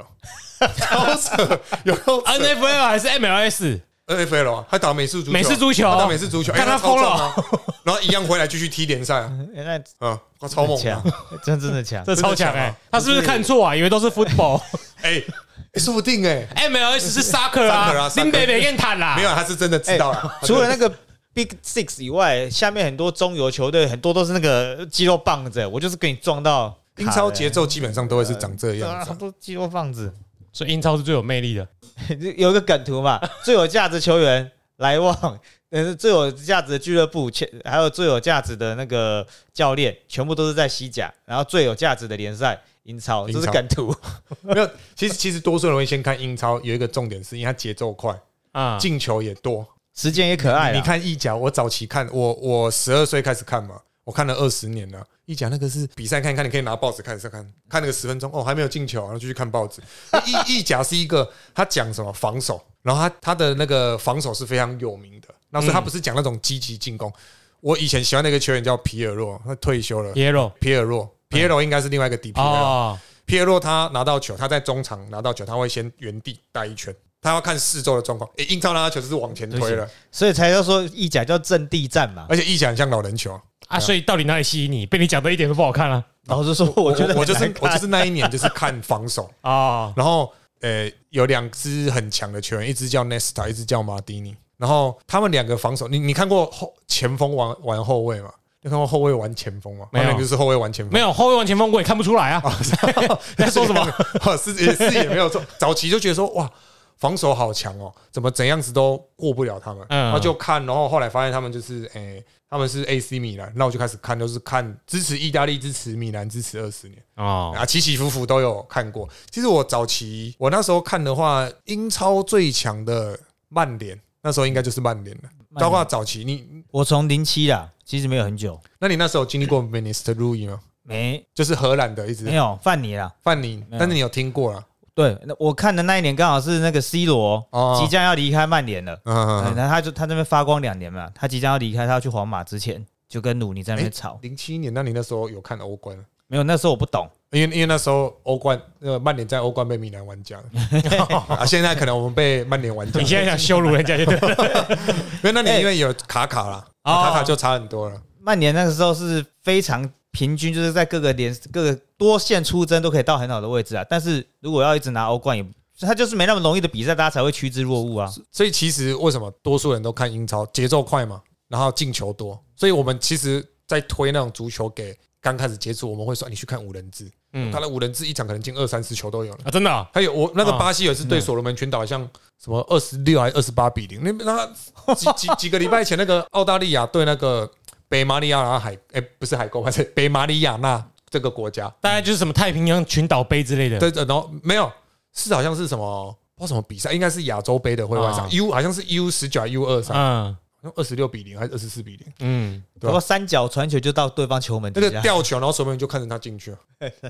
Speaker 1: 超扯，有够扯
Speaker 3: NFL 还是 MLS？
Speaker 1: NFL 啊，他打美式足球，
Speaker 3: 美式足球
Speaker 1: 他打美式足球，
Speaker 3: 看
Speaker 1: 哎
Speaker 3: 他
Speaker 1: 超
Speaker 3: 疯了
Speaker 1: 壮啊，然后一样回来继续踢联
Speaker 3: [laughs]
Speaker 1: 赛啊，
Speaker 2: 哎那
Speaker 1: 嗯，哇超猛
Speaker 2: 很
Speaker 1: 啊
Speaker 2: 强，真啊真的强。
Speaker 3: 这超强
Speaker 1: 真的
Speaker 3: 哎
Speaker 1: 强！
Speaker 3: 他是不是看错啊？以为都是 football，MLS
Speaker 1: 哎，哎说不定哎，
Speaker 3: 是 soccer
Speaker 1: 啊
Speaker 3: 啊，
Speaker 1: soccer
Speaker 3: 林北北跟他啦
Speaker 1: 没。有，啊他是真的知道了，
Speaker 3: [laughs]
Speaker 2: 除了那个 Big Six 以外，下面很多中游球队很多都是那个肌肉棒子，我就是给你撞到
Speaker 1: 英超节
Speaker 2: 结
Speaker 1: 奏基本上都会是长这
Speaker 2: 对
Speaker 1: 样
Speaker 2: 啊，
Speaker 1: 子
Speaker 2: 好
Speaker 1: 啊，
Speaker 2: 多肌肉棒子。
Speaker 3: 所以英超是最有魅力的。
Speaker 2: 有一个梗图嘛，最有价值球员来旺但是最有价值的俱乐部，前还有最有价值的那个教练，全部都是在西甲，然后最有价值的联赛英超，
Speaker 1: 英
Speaker 2: 这是
Speaker 1: 超
Speaker 2: 梗图。
Speaker 1: 没有，其实其实多数人会先看英超，有一个重点是因为它节奏快，
Speaker 3: 啊，
Speaker 1: 进球也多。
Speaker 2: 时间也可爱啦
Speaker 1: 你看意甲，我早期看，我我十二岁开始看嘛，我看了二十年了。意甲那个是比赛看一看，你可以拿报纸看一下看，看那个十分钟，哦，还没有进球，然后继续看报纸。意意甲是一个他讲什么防守，然后他他的那个防守是非常有名的，那所以他不是讲那种积极进攻。我以前喜欢那个球员叫皮尔洛，他退休了。
Speaker 3: yellow
Speaker 1: 皮尔洛，皮尔洛应该是另外一个底皮尔洛。
Speaker 3: 哦，
Speaker 1: 皮耶洛他拿到球，他在中场拿到球，他会先原地带一圈，他要看四周的状况。诶、英超拿到球就是往前推了，
Speaker 2: 所以才要说意甲叫阵地战嘛。
Speaker 1: 而且意甲很像老人球。
Speaker 3: 啊，所以到底哪里吸引你？被你讲的一点都不好看
Speaker 1: 啊
Speaker 3: 了
Speaker 2: 老实说，我觉得
Speaker 1: 我就是
Speaker 2: 很难
Speaker 1: 我
Speaker 2: 看
Speaker 1: 就是那一年就是看防守，
Speaker 3: 啊，
Speaker 1: 然后呃有两支很强的球员，一支叫 Nesta，一支叫马蒂尼，然后他们两个防守，你你看过后前锋玩玩后卫吗？你看过后卫玩前锋吗？
Speaker 3: 没有
Speaker 1: 他们就是后卫玩前 [laughs] 锋，
Speaker 3: 没有后卫往前锋我也看不出来啊，在
Speaker 2: [laughs]
Speaker 3: 说什么？
Speaker 1: 哦，是也是也没有错。早期就觉得说哇，防守好强哦，怎么怎样子都过不了他们。
Speaker 3: 嗯
Speaker 1: 然后就看，然后后来发现他们就是诶、他们是 AC 米兰，那我就开始看，都是看支持意大利，支持米兰，支持二十年
Speaker 3: 哦，
Speaker 1: 啊，起起伏伏都有看过。其实我早期我那时候看的话，英超最强的曼联，那时候应该就是曼联了。
Speaker 2: 嗯联
Speaker 1: 包括早期你，
Speaker 2: 哦我从零七啦，其实没有很久，
Speaker 1: 那你那时候有经历过 m i n i s t e r Rui 吗？
Speaker 2: 没
Speaker 1: 就是荷兰的一
Speaker 2: 没
Speaker 1: 支
Speaker 2: 有范尼啦。
Speaker 1: 范尼，
Speaker 2: 没有
Speaker 1: 但是你有听过啊了，
Speaker 2: 对，那我看的那一年刚好是那个 C 罗
Speaker 1: 哦
Speaker 2: 即将要离开曼联了，
Speaker 1: 嗯嗯嗯
Speaker 2: 对然后他就他那边发光两年嘛，他即将要离开，他要去皇马之前就跟鲁尼在那边吵，
Speaker 1: 零七年，那你那时候有看欧冠吗？
Speaker 2: 没有那时候我不懂，
Speaker 1: 因为因为那时候欧冠，呃，曼联在欧冠被米兰玩家啊，现在可能我们被曼联玩家
Speaker 3: 你。现在想羞辱人家就对
Speaker 1: [laughs]
Speaker 3: 了
Speaker 1: 没有，那你因为有卡卡啦，
Speaker 3: 哦
Speaker 1: 卡卡就差很多了。
Speaker 2: 曼联那个时候是非常平均，就是在各个联各个多线出征都可以到很好的位置啊，但是如果要一直拿欧冠也。他就是没那么容易的比赛，大家才会趋之若鹜啊。
Speaker 1: 所以其实为什么多数人都看英超，节奏快嘛，然后进球多，所以我们其实，在推那种足球给刚开始接触，我们会说你去看五人制，
Speaker 3: 嗯
Speaker 1: 他的五人制一场可能进二三十球都有了。
Speaker 3: 啊，真的啊
Speaker 1: 还有我那个
Speaker 3: 哦
Speaker 1: 巴西有一次对所罗门群岛，好像什么二十六还是二十八比零，那那几几几个礼拜前那个澳大利亚对那个北马里亚纳海，哎、不是海沟，还是北马里亚纳这个国家，
Speaker 3: 大概就是什么太平洋群岛杯之类的，
Speaker 1: 对，然后没有是好像是什么不知道什么比赛，应该是亚洲杯的会外赛、
Speaker 3: 哦
Speaker 1: u 好像是 U 十九 U 二三，
Speaker 3: 嗯
Speaker 1: 二十六比零还是二十四比零，
Speaker 3: 嗯，
Speaker 1: 对啊
Speaker 2: 然后三角传球就到对啊方球门
Speaker 1: 那
Speaker 2: 底
Speaker 1: 个
Speaker 2: 下，
Speaker 1: 吊球，然后守门员就看着他进去了，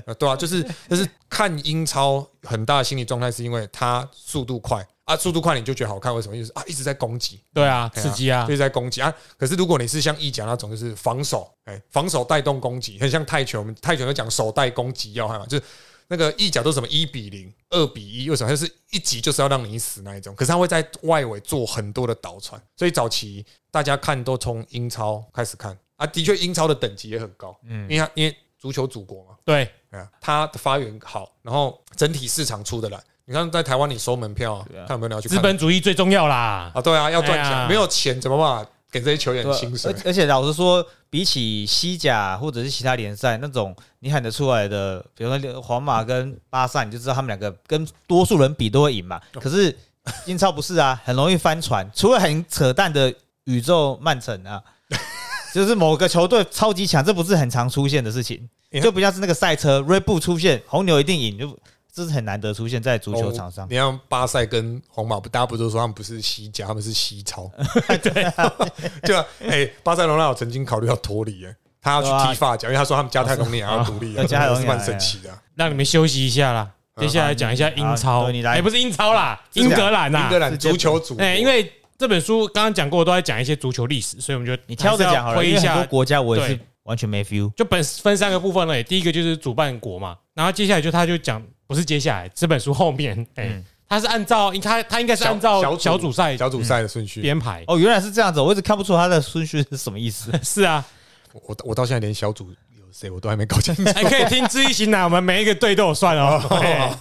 Speaker 1: 啊对啊，就是就是看英超很大的心理状态，是因为他速度快啊，速度快你就觉得好看，为什么？就是啊一直在攻击，
Speaker 3: 对啊，
Speaker 1: 对
Speaker 3: 刺激啊
Speaker 1: 就，是在攻击啊。可是如果你是像意甲那种，就是防守，哎、防守带动攻击，很像泰拳，我们泰拳就讲守带攻击要害嘛，就是那个意甲都是什么一比零、二比一，为什么？它就是一集就是要让你死那一种。可是他会在外围做很多的倒传，所以早期大家看都从英超开始看啊，的确英超的等级也很高，嗯，因为它因为足球祖国嘛，
Speaker 3: 对，
Speaker 1: 哎呀它的发源好，然后整体市场出得来。你看，在台湾你收门票、啊，看有没有人要去看
Speaker 3: 资本主义最重要啦，
Speaker 1: 啊，对啊，要赚钱，
Speaker 3: 哎呀
Speaker 1: 没有钱怎么办法给这些球员
Speaker 2: 对啊
Speaker 1: 薪水
Speaker 2: 而？而且老实说，比起西甲或者是其他联赛那种你喊得出来的，比如说皇马跟巴萨，你就知道他们两个跟多数人比都会赢嘛。可是英超不是啊，很容易翻船，除了很扯淡的宇宙曼城啊。就是某个球队超级强，这不是很常出现的事情，就不像是那个赛车 r e b u 出现，红牛一定赢，就这是很难得出现在足球场上
Speaker 1: 哦。你像巴塞跟皇马，大家不都说他们不是西甲，他们是西超？
Speaker 2: [laughs]
Speaker 1: 对，对啊。 [laughs] 哎，巴塞罗那有曾经考虑要脱离，哎，他要去踢法甲，因为他说他们加泰隆尼亚要独立啊，
Speaker 2: 哦是啊
Speaker 1: 这是蛮神奇的啊。
Speaker 3: 让你们休息一下啦。接下来讲一下英
Speaker 2: 好
Speaker 3: 超，
Speaker 2: 对你来
Speaker 3: 哎，不是英超啦，
Speaker 1: 是
Speaker 3: 英格兰
Speaker 1: 英
Speaker 3: 呐
Speaker 1: 格，兰足球组，
Speaker 3: 哎，因为这本书刚刚讲过，都在讲一些足球历史，所以我们就
Speaker 2: 你挑着讲好
Speaker 3: 还
Speaker 2: 了，
Speaker 3: 是
Speaker 2: 因为
Speaker 3: 要回
Speaker 2: 很
Speaker 3: 一
Speaker 2: 多
Speaker 3: 下
Speaker 2: 国家我也
Speaker 3: 对
Speaker 2: 是完全没 feel。
Speaker 3: 就本分三个部分了。第一个就是主办国嘛，然后接下来就他就讲，不是接下来这本书后面，哎
Speaker 2: 嗯，
Speaker 3: 他是按照应他他应该是
Speaker 1: 小
Speaker 3: 按照
Speaker 1: 小
Speaker 3: 小组赛
Speaker 1: 小组赛的顺序，
Speaker 3: 编排，
Speaker 2: 哦，原来是这样子，我一直看不出他的顺序是什么意思。
Speaker 3: 是啊，
Speaker 1: 我我我到现在连小组有谁我都还没搞
Speaker 3: [laughs]
Speaker 1: 清楚。
Speaker 3: 还哎可以听知易行呐，我们每一个队都有算哦。哎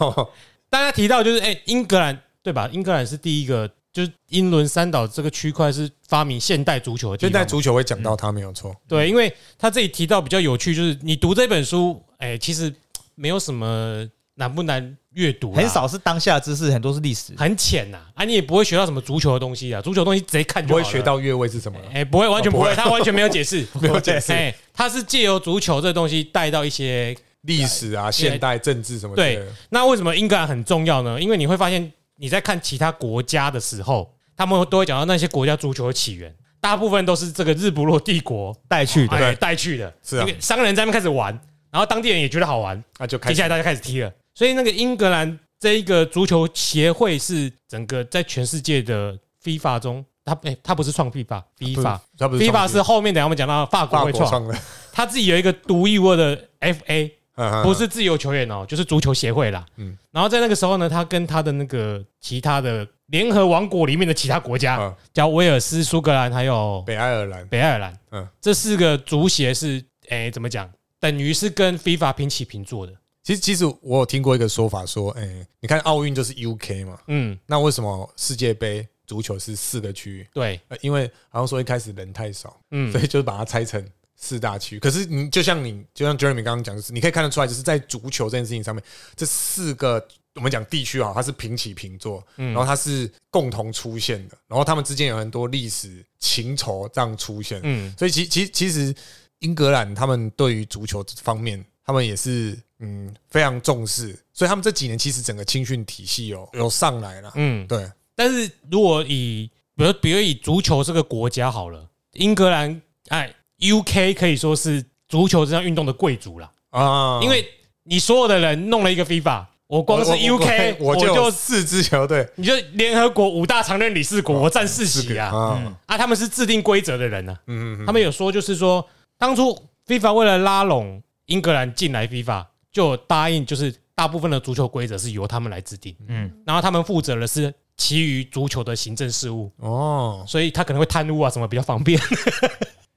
Speaker 3: 大家提到就是，哎，英格兰对吧？英格兰是第一个，就是英伦三岛这个区块是发明现代足球的地
Speaker 1: [laughs] 现
Speaker 3: 方嘛
Speaker 1: 在足球会讲到他没有错，
Speaker 3: 对，因为他这里提到比较有趣，就是你读这本书，哎、其实没有什么难不难阅读啦，
Speaker 2: 很少是当下的知识，很多是历史。
Speaker 3: 很浅呐，啊，你也不会学到什么足球的东西啊，足球的东西直接看就
Speaker 1: 不
Speaker 3: 好了
Speaker 1: 会学，到越位是什么了。
Speaker 3: 哎、不会，完全
Speaker 1: 哦不
Speaker 3: 不
Speaker 1: 会
Speaker 3: 会，他完全没有解释，
Speaker 1: [laughs] 没有解释
Speaker 3: 哎，他是借由足球这东西带到一些
Speaker 1: 历史啊、现代政治什么之类
Speaker 3: 对
Speaker 1: 的，，
Speaker 3: 那为什么英格兰很重要呢？因为你会发现你在看其他国家的时候，他们都会讲到那些国家足球的起源，大部分都是这个日不落帝国
Speaker 2: 带去的，
Speaker 3: 哎带去的，
Speaker 1: 是啊
Speaker 3: 因为商人在那边开始玩，然后当地人也觉得好玩，
Speaker 1: 那就开
Speaker 3: 接
Speaker 1: 始
Speaker 3: 下来大家开始踢了。所以那个英格兰这一个足球协会是整个在全世界的 FIFA 中，它哎、它不是创 FIFA，FIFA。
Speaker 1: 他不是
Speaker 3: FIFA 是
Speaker 1: 创
Speaker 3: 后面等一下我们讲到法国
Speaker 1: 法
Speaker 3: 会
Speaker 1: 国
Speaker 3: 创，
Speaker 1: 创的，
Speaker 3: 它自己有一个独一无二的 FA，
Speaker 1: [laughs] 嗯
Speaker 3: 不是自由球员哦，就是足球协会啦。
Speaker 1: 嗯
Speaker 3: 嗯，然后在那个时候呢，他跟他的那个其他的联合王国里面的其他国家，
Speaker 1: 嗯
Speaker 3: 叫威尔斯、苏格兰还有
Speaker 1: 北爱尔兰，
Speaker 3: 北爱尔兰，
Speaker 1: 嗯
Speaker 3: 嗯，这四个足协是哎怎么讲，等于是跟 FIFA 平起平坐的。
Speaker 1: 其实，其实我有听过一个说法，说，哎、你看奥运就是 UK 嘛，
Speaker 3: 嗯，
Speaker 1: 那为什么世界杯足球是四个区域？
Speaker 3: 对，
Speaker 1: 呃，因为好像说一开始人太少，
Speaker 3: 嗯
Speaker 1: 所以就把它拆成四大区。可是你就像你，就像 Jeremy 刚刚讲，就是你可以看得出来，就是在足球这件事情上面，这四个我们讲地区啊，它是平起平坐，
Speaker 3: 嗯
Speaker 1: 然后它是共同出现的，然后他们之间有很多历史情仇这样出现。
Speaker 3: 嗯，
Speaker 1: 所以其其其实英格兰他们对于足球这方面，他们也是嗯非常重视，所以他们这几年其实整个青训体系有有上来了。
Speaker 3: 嗯，
Speaker 1: 对，
Speaker 3: 但是如果以比如比如以足球这个国家好了，英格兰哎 UK 可以说是足球这项运动的贵族啦，
Speaker 1: 啊，
Speaker 3: 因为你所有的人弄了一个 FIFA。我光是
Speaker 1: 我我
Speaker 3: UK，
Speaker 1: 我就有四支球队
Speaker 3: 你就联合国五大常任理事国，我占四
Speaker 1: 四
Speaker 3: 席
Speaker 1: 个
Speaker 3: 啊！
Speaker 2: 嗯
Speaker 1: 啊，
Speaker 3: 啊，他们是制定规则的人呢、
Speaker 1: 嗯嗯
Speaker 3: 啊，
Speaker 1: 嗯
Speaker 3: 他们有说就是说，当初 FIFA 为了拉拢英格兰进来 FIFA，就有答应就是大部分的足球规则是由他们来制定，
Speaker 5: 嗯，
Speaker 3: 然后他们负责的是其余足球的行政事务，
Speaker 1: 哦，
Speaker 3: 所以他可能会贪污啊什么比较方便。 [laughs]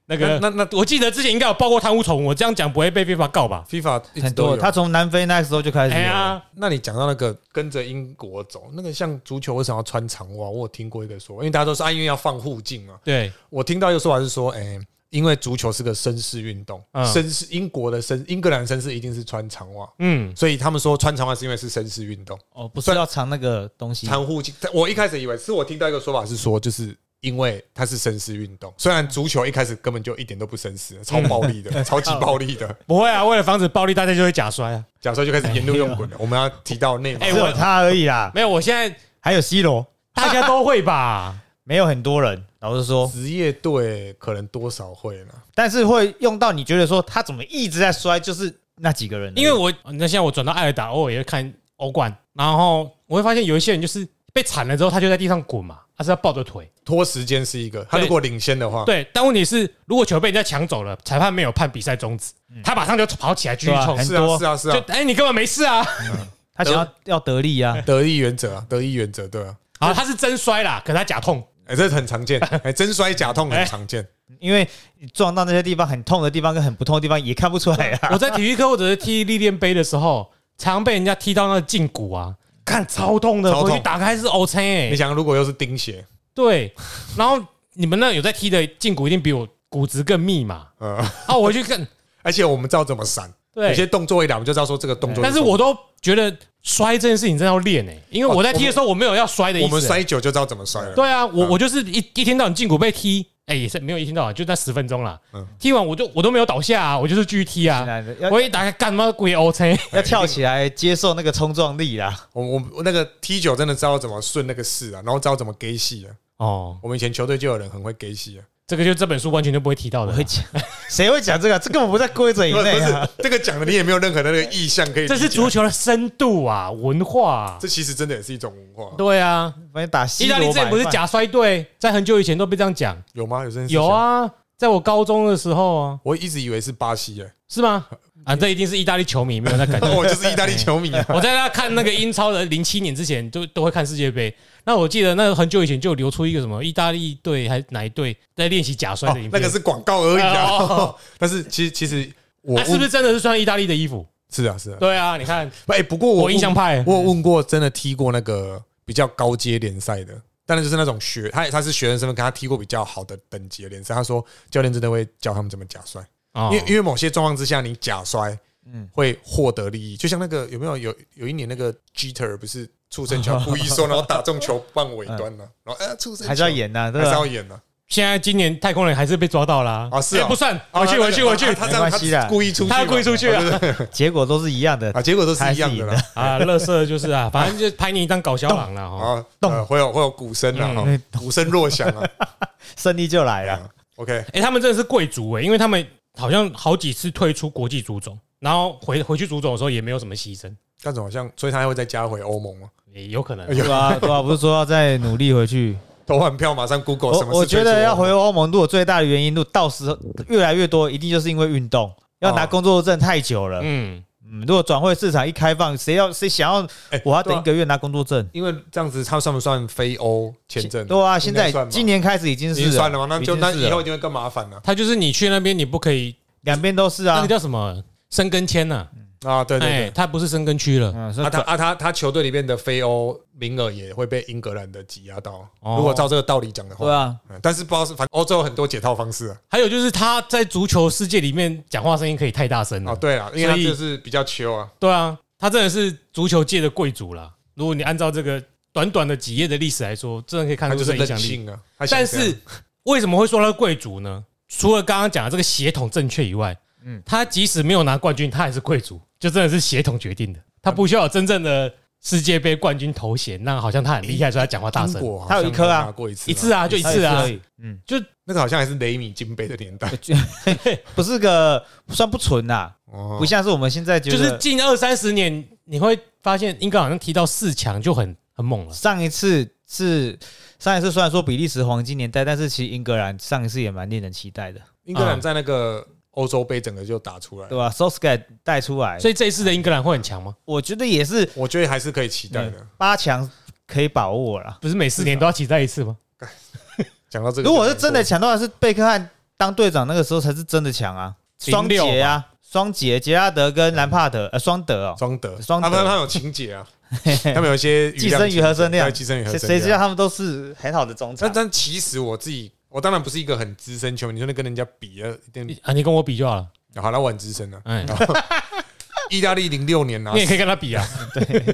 Speaker 3: 那个，
Speaker 1: 那那那
Speaker 3: 我记得之前应该有报过贪污丑闻，我这样讲不会被 FIFA 告吧？
Speaker 1: FIFA 一直
Speaker 2: 很
Speaker 1: 都
Speaker 2: 多。
Speaker 1: 有
Speaker 2: 他从南非那时候就
Speaker 1: 啊
Speaker 2: 开始有
Speaker 3: 哎
Speaker 2: 了，
Speaker 3: 呀，
Speaker 1: 那你讲到那个跟着英国走，那个像足球为什么要穿长袜？我有听过一个说法，因为大家都说啊，因为要放护镜嘛。
Speaker 3: 对，
Speaker 1: 我听到一个说法是说，哎、因为足球是个绅士运动，
Speaker 3: 嗯
Speaker 1: 绅士英国的绅英格兰绅士一定是穿长袜，
Speaker 3: 嗯，
Speaker 1: 所以他们说穿长袜是因为是绅士运动，
Speaker 2: 哦，不是要藏那个东
Speaker 3: 嗯
Speaker 2: 西，
Speaker 1: 长护镜。我一开始以为是我听到一个说法是说，就是因为它是绅士运动，虽然足球一开始根本就一点都不绅士，超暴力
Speaker 3: [laughs]
Speaker 1: 的，超级暴力的。
Speaker 3: 不会啊，为了防止暴力，大家就会假摔啊。
Speaker 1: 假设就开始沿路用滚了，我们要提到内
Speaker 3: 哎
Speaker 1: 幕。
Speaker 2: 只有
Speaker 3: 我
Speaker 2: 他而已啦，
Speaker 3: 没有，我现在
Speaker 2: 还有 C 罗，
Speaker 3: 大家都会吧？
Speaker 2: 没有很多人，老实说，
Speaker 1: 职业队可能多少会呢？
Speaker 2: 但是会用到你觉得说他怎么一直在摔，就是那几个人而已，
Speaker 3: 因为我那现在我转到艾尔达，偶尔也会看欧冠，然后我会发现有一些人就是被铲了之后，他就在地上滚嘛，他是要抱着腿。
Speaker 1: 拖时间是一个，他如果领先的话，
Speaker 3: 对，但问题是，如果球被人家抢走了，裁判没有判比赛终止，他马上就跑起来继续
Speaker 2: 对啊
Speaker 3: 冲。
Speaker 2: 很
Speaker 1: 是啊
Speaker 2: 多
Speaker 1: 是啊是
Speaker 3: 就
Speaker 1: 啊，
Speaker 3: 哎、你根本没事啊！
Speaker 2: 他想要要得力啊，
Speaker 1: [laughs] 得意原则啊，得意原则对啊。
Speaker 3: 好，他是真摔啦，可是他假痛。
Speaker 1: 哎、这很
Speaker 3: [laughs]
Speaker 1: 常见，哎、真摔假痛
Speaker 3: 哎
Speaker 1: 很常见。
Speaker 2: 因为你撞到那些地方很痛的地方跟很不痛的地方也看不出来
Speaker 3: [laughs]
Speaker 2: 啊。 [laughs]
Speaker 3: 我在体育课或者是踢历练杯的时候，常被人家踢到那个胫骨啊，看超痛的，
Speaker 1: 超痛
Speaker 3: 回去打开是 O 青哎
Speaker 1: 你。想，如果又是钉鞋，
Speaker 3: 对，然后你们那有在踢的胫骨一定比我骨质更密嘛？
Speaker 1: 呃，
Speaker 3: 啊，我回去看，
Speaker 1: 而且我们知道怎么闪，有
Speaker 3: 对，
Speaker 1: 些动作一来我们就知道说这个动作。
Speaker 3: 但是我都觉得摔这件事情真的要练哎、因为我在踢的时候我没有要摔的意思、
Speaker 1: 哦
Speaker 3: 欸
Speaker 1: 我们摔久就知道怎么摔了。
Speaker 3: 对啊，我
Speaker 1: 嗯
Speaker 3: 我就是一一天到晚胫骨被踢，哎、也是没有一天到晚，就那十分钟啦。
Speaker 1: 嗯
Speaker 3: 踢完我就我都没有倒下啊，我就是继续踢啊。
Speaker 2: 要
Speaker 3: 我一打开干嘛鬼哦 O C，
Speaker 2: 要跳起来接受那个冲撞力啦，
Speaker 1: 我我我那个踢久真的知道怎么顺那个势啊，然后知道怎么给戏啊。
Speaker 3: 哦，
Speaker 1: 我们以前球队就有人很会给戏啊，
Speaker 3: 这个就这本书完全就不会提到
Speaker 2: 我
Speaker 3: 的
Speaker 2: 会
Speaker 3: 啦。
Speaker 2: 讲，谁会讲这个？这根本不在规则以
Speaker 1: 不是
Speaker 2: 内啊！
Speaker 1: 这个讲的你也没有任何的那个意向可以理解
Speaker 3: 这
Speaker 1: 啊。
Speaker 3: 是足球的深度啊，文化、啊。
Speaker 1: 这其实真的也是一种文化啊、
Speaker 3: 对啊，
Speaker 2: 反正打
Speaker 3: 意
Speaker 2: 西
Speaker 3: 大利
Speaker 2: 罗
Speaker 3: 之前
Speaker 2: 百
Speaker 3: 不是
Speaker 2: 万，
Speaker 3: 假摔队，在很久以前都被这样讲。
Speaker 1: 有吗？有这件事情
Speaker 3: 有，啊，在我高中的时候啊，
Speaker 1: 我一直以为是哦巴西
Speaker 3: [laughs]
Speaker 1: 诶、
Speaker 3: 是吗？啊，这一定是意大利球迷没有
Speaker 1: [laughs]
Speaker 3: 那感觉。
Speaker 1: 我就是意大利球迷
Speaker 3: [laughs]
Speaker 1: 啊。
Speaker 3: 我在那看那个英超的零七年之前，都都会看世界杯。那我记得那很久以前就有流出一个什么意大利队还是哪一队在练习假摔
Speaker 1: 哦
Speaker 3: 的影片，
Speaker 1: 那个是广告而已啊
Speaker 3: 哦。
Speaker 1: [laughs] 但是其实其实我
Speaker 3: 他、啊是不是真的是穿意大利的衣服？
Speaker 1: 是啊是啊？
Speaker 3: 对啊，你看
Speaker 1: 哎、不过我
Speaker 3: 我印象派 [laughs]
Speaker 1: 我有问过，真的踢过那个比较高阶联赛的，当然就是那种学他他是学生身份，跟他踢过比较好的等级的联赛。他说教练真的会教他们怎么假摔，
Speaker 3: 哦
Speaker 1: 因为因为某些状况之下，你假摔
Speaker 2: 嗯
Speaker 1: 会获得利益。就像那个有没有有有一年那个 Jeter 不是畜生球故意说，然后打中球棒尾端了，然后哎畜生球
Speaker 2: 还是要，演呐，对
Speaker 1: 还是
Speaker 2: 吧
Speaker 1: 要？演呢？
Speaker 3: 现在今年太空人还是被抓到啦，
Speaker 1: 啊是啊
Speaker 3: 哎不算，
Speaker 1: 啊
Speaker 3: 回去
Speaker 1: 那
Speaker 3: 回去回去
Speaker 1: 啊，他这样
Speaker 2: 没关系啦
Speaker 1: 他故意出去嘛，
Speaker 3: 他故意出去啊
Speaker 1: 啊对对对
Speaker 2: [laughs] 结果都是一样的，
Speaker 1: 啊，结果都是一样的啦。
Speaker 3: 啊，乐色就是啊，反正就拍你当搞笑郎哦了哈。
Speaker 1: 啊，呃会有会有鼓声啊，
Speaker 3: 嗯
Speaker 1: 哈鼓声若响啊。
Speaker 2: 胜利就来
Speaker 1: 哎
Speaker 2: 了。
Speaker 1: 呀，OK，
Speaker 3: 哎、他们真的是贵族哎、因为他们好像好几次退出国际足总，然后回回去足总的时候也没有什么牺牲，
Speaker 1: 但总好像，所以他还会再加回欧盟吗？
Speaker 3: 也有可能
Speaker 1: 哎。呦
Speaker 2: 对啊，对啊，不是说要再努力
Speaker 1: [laughs]
Speaker 2: 回去？
Speaker 1: 投完票马上 Google 什
Speaker 2: 我
Speaker 1: 么？
Speaker 2: 我觉得要回欧盟，如果最大的原因，如果到时候越来越多，一定就是因为运动。要拿
Speaker 1: 哦
Speaker 2: 工作证太久了，
Speaker 3: 嗯，
Speaker 2: 嗯，如果转会市场一开放，谁要谁想要，
Speaker 1: 哎
Speaker 2: 我要等一，
Speaker 1: 对啊
Speaker 2: 个月拿工作证。
Speaker 1: 因为这样子他算不算非欧签证？
Speaker 2: 对啊，现在
Speaker 1: 嗯应该算吧
Speaker 2: 今年开始已经
Speaker 1: 已
Speaker 2: 是
Speaker 1: 经算了嘛，那
Speaker 2: 啊已
Speaker 1: 就
Speaker 2: 经
Speaker 1: 那
Speaker 2: 是
Speaker 1: 以后
Speaker 2: 了
Speaker 1: 一定会更麻烦了
Speaker 3: 他就是你去那边你不可以，
Speaker 2: 两边都是
Speaker 3: 那
Speaker 2: 啊
Speaker 3: 个，叫什么生根签呐、
Speaker 1: 啊！对
Speaker 3: 啊？
Speaker 1: 对
Speaker 3: 哎、
Speaker 1: 对
Speaker 3: 他，它不是生根区了。
Speaker 2: 嗯，
Speaker 1: 啊
Speaker 2: 说
Speaker 1: 他啊他他球队里面的非欧名额也会被英格兰的挤压到。
Speaker 3: 哦
Speaker 1: 如果照这个道理讲的
Speaker 2: 对
Speaker 1: 话，
Speaker 2: 啊，
Speaker 1: 嗯但是不知道是反正欧洲有很多解套方式啊
Speaker 3: 还有就是他在足球世界里面讲话声音可以太大声了、
Speaker 1: 啊。对啊，因为他
Speaker 3: 嗯所以
Speaker 1: 就是比较秋啊。
Speaker 3: 对啊，他真的是足球界的贵族啦。如果你按照这个短短的几页的历史来说，真的可以看
Speaker 1: 他就
Speaker 3: 出这
Speaker 1: 是
Speaker 3: 影
Speaker 1: 任
Speaker 3: 响力。
Speaker 1: 性啊。他想
Speaker 3: 但
Speaker 1: 这
Speaker 3: 是
Speaker 1: 样
Speaker 3: 为什么会说他是贵族呢？除了刚刚讲的这个血统正确以外，嗯
Speaker 2: 嗯，
Speaker 3: 他即使没有拿冠军，他还是贵族，就真的是血统决定的。他不需要有真正的世界杯冠军头衔，那好像他很厉害，所以他讲话大
Speaker 1: 英
Speaker 3: 声。
Speaker 1: 国好
Speaker 2: 他有
Speaker 1: 像
Speaker 2: 一颗啊
Speaker 1: 拿过一次，
Speaker 3: 一次，啊，就一次啊
Speaker 2: 而，已，嗯，
Speaker 1: 那个好像还是雷米金杯的年代，
Speaker 2: 不是个算不纯呐，
Speaker 1: 哦
Speaker 2: 不像是我们现在觉
Speaker 3: 就是
Speaker 2: 得
Speaker 3: 近二三十年，你会发现英格兰好像提到四强就很很猛了。
Speaker 2: 上一次是上一次虽然说比利时黄金年代，但是其实英格兰上一次也蛮令人期待的，
Speaker 1: 英格兰在那个欧洲杯整个就打出来
Speaker 2: 嗯对啊
Speaker 1: 了，
Speaker 2: 吧 s o s k y 带出来，
Speaker 3: 所
Speaker 2: 所以
Speaker 3: 以这一次的英格兰会很强吗？
Speaker 2: 我觉得也是
Speaker 1: 我觉得还是可以期待的。
Speaker 2: 八强可以把握了。
Speaker 3: 不是每四年都要期待一次吗？
Speaker 1: 讲到这个，
Speaker 2: 如果是真的，强的话，是贝克汉当队长那个时候才是真的强啊，双杰啊，双杰杰拉德跟兰帕德呃双德哦，
Speaker 1: 双德，
Speaker 2: 双德
Speaker 1: 他们他们有情节
Speaker 2: [laughs]
Speaker 1: 啊，他们有一些
Speaker 2: 寄生鱼和声量
Speaker 1: 对寄生鱼和
Speaker 2: 谁
Speaker 1: 声
Speaker 2: 谁
Speaker 1: 量。
Speaker 2: 知道他们都是很好的中场啊
Speaker 1: 但，但其实我自己，我当然不是一个很资深球迷，你说那跟人家比啊，一定
Speaker 3: 啊，你跟我比就好了。
Speaker 1: 好了，我很资深了。 [laughs]
Speaker 3: 哎，
Speaker 1: 意大利零六年啊
Speaker 3: 你，也可以跟他比啊。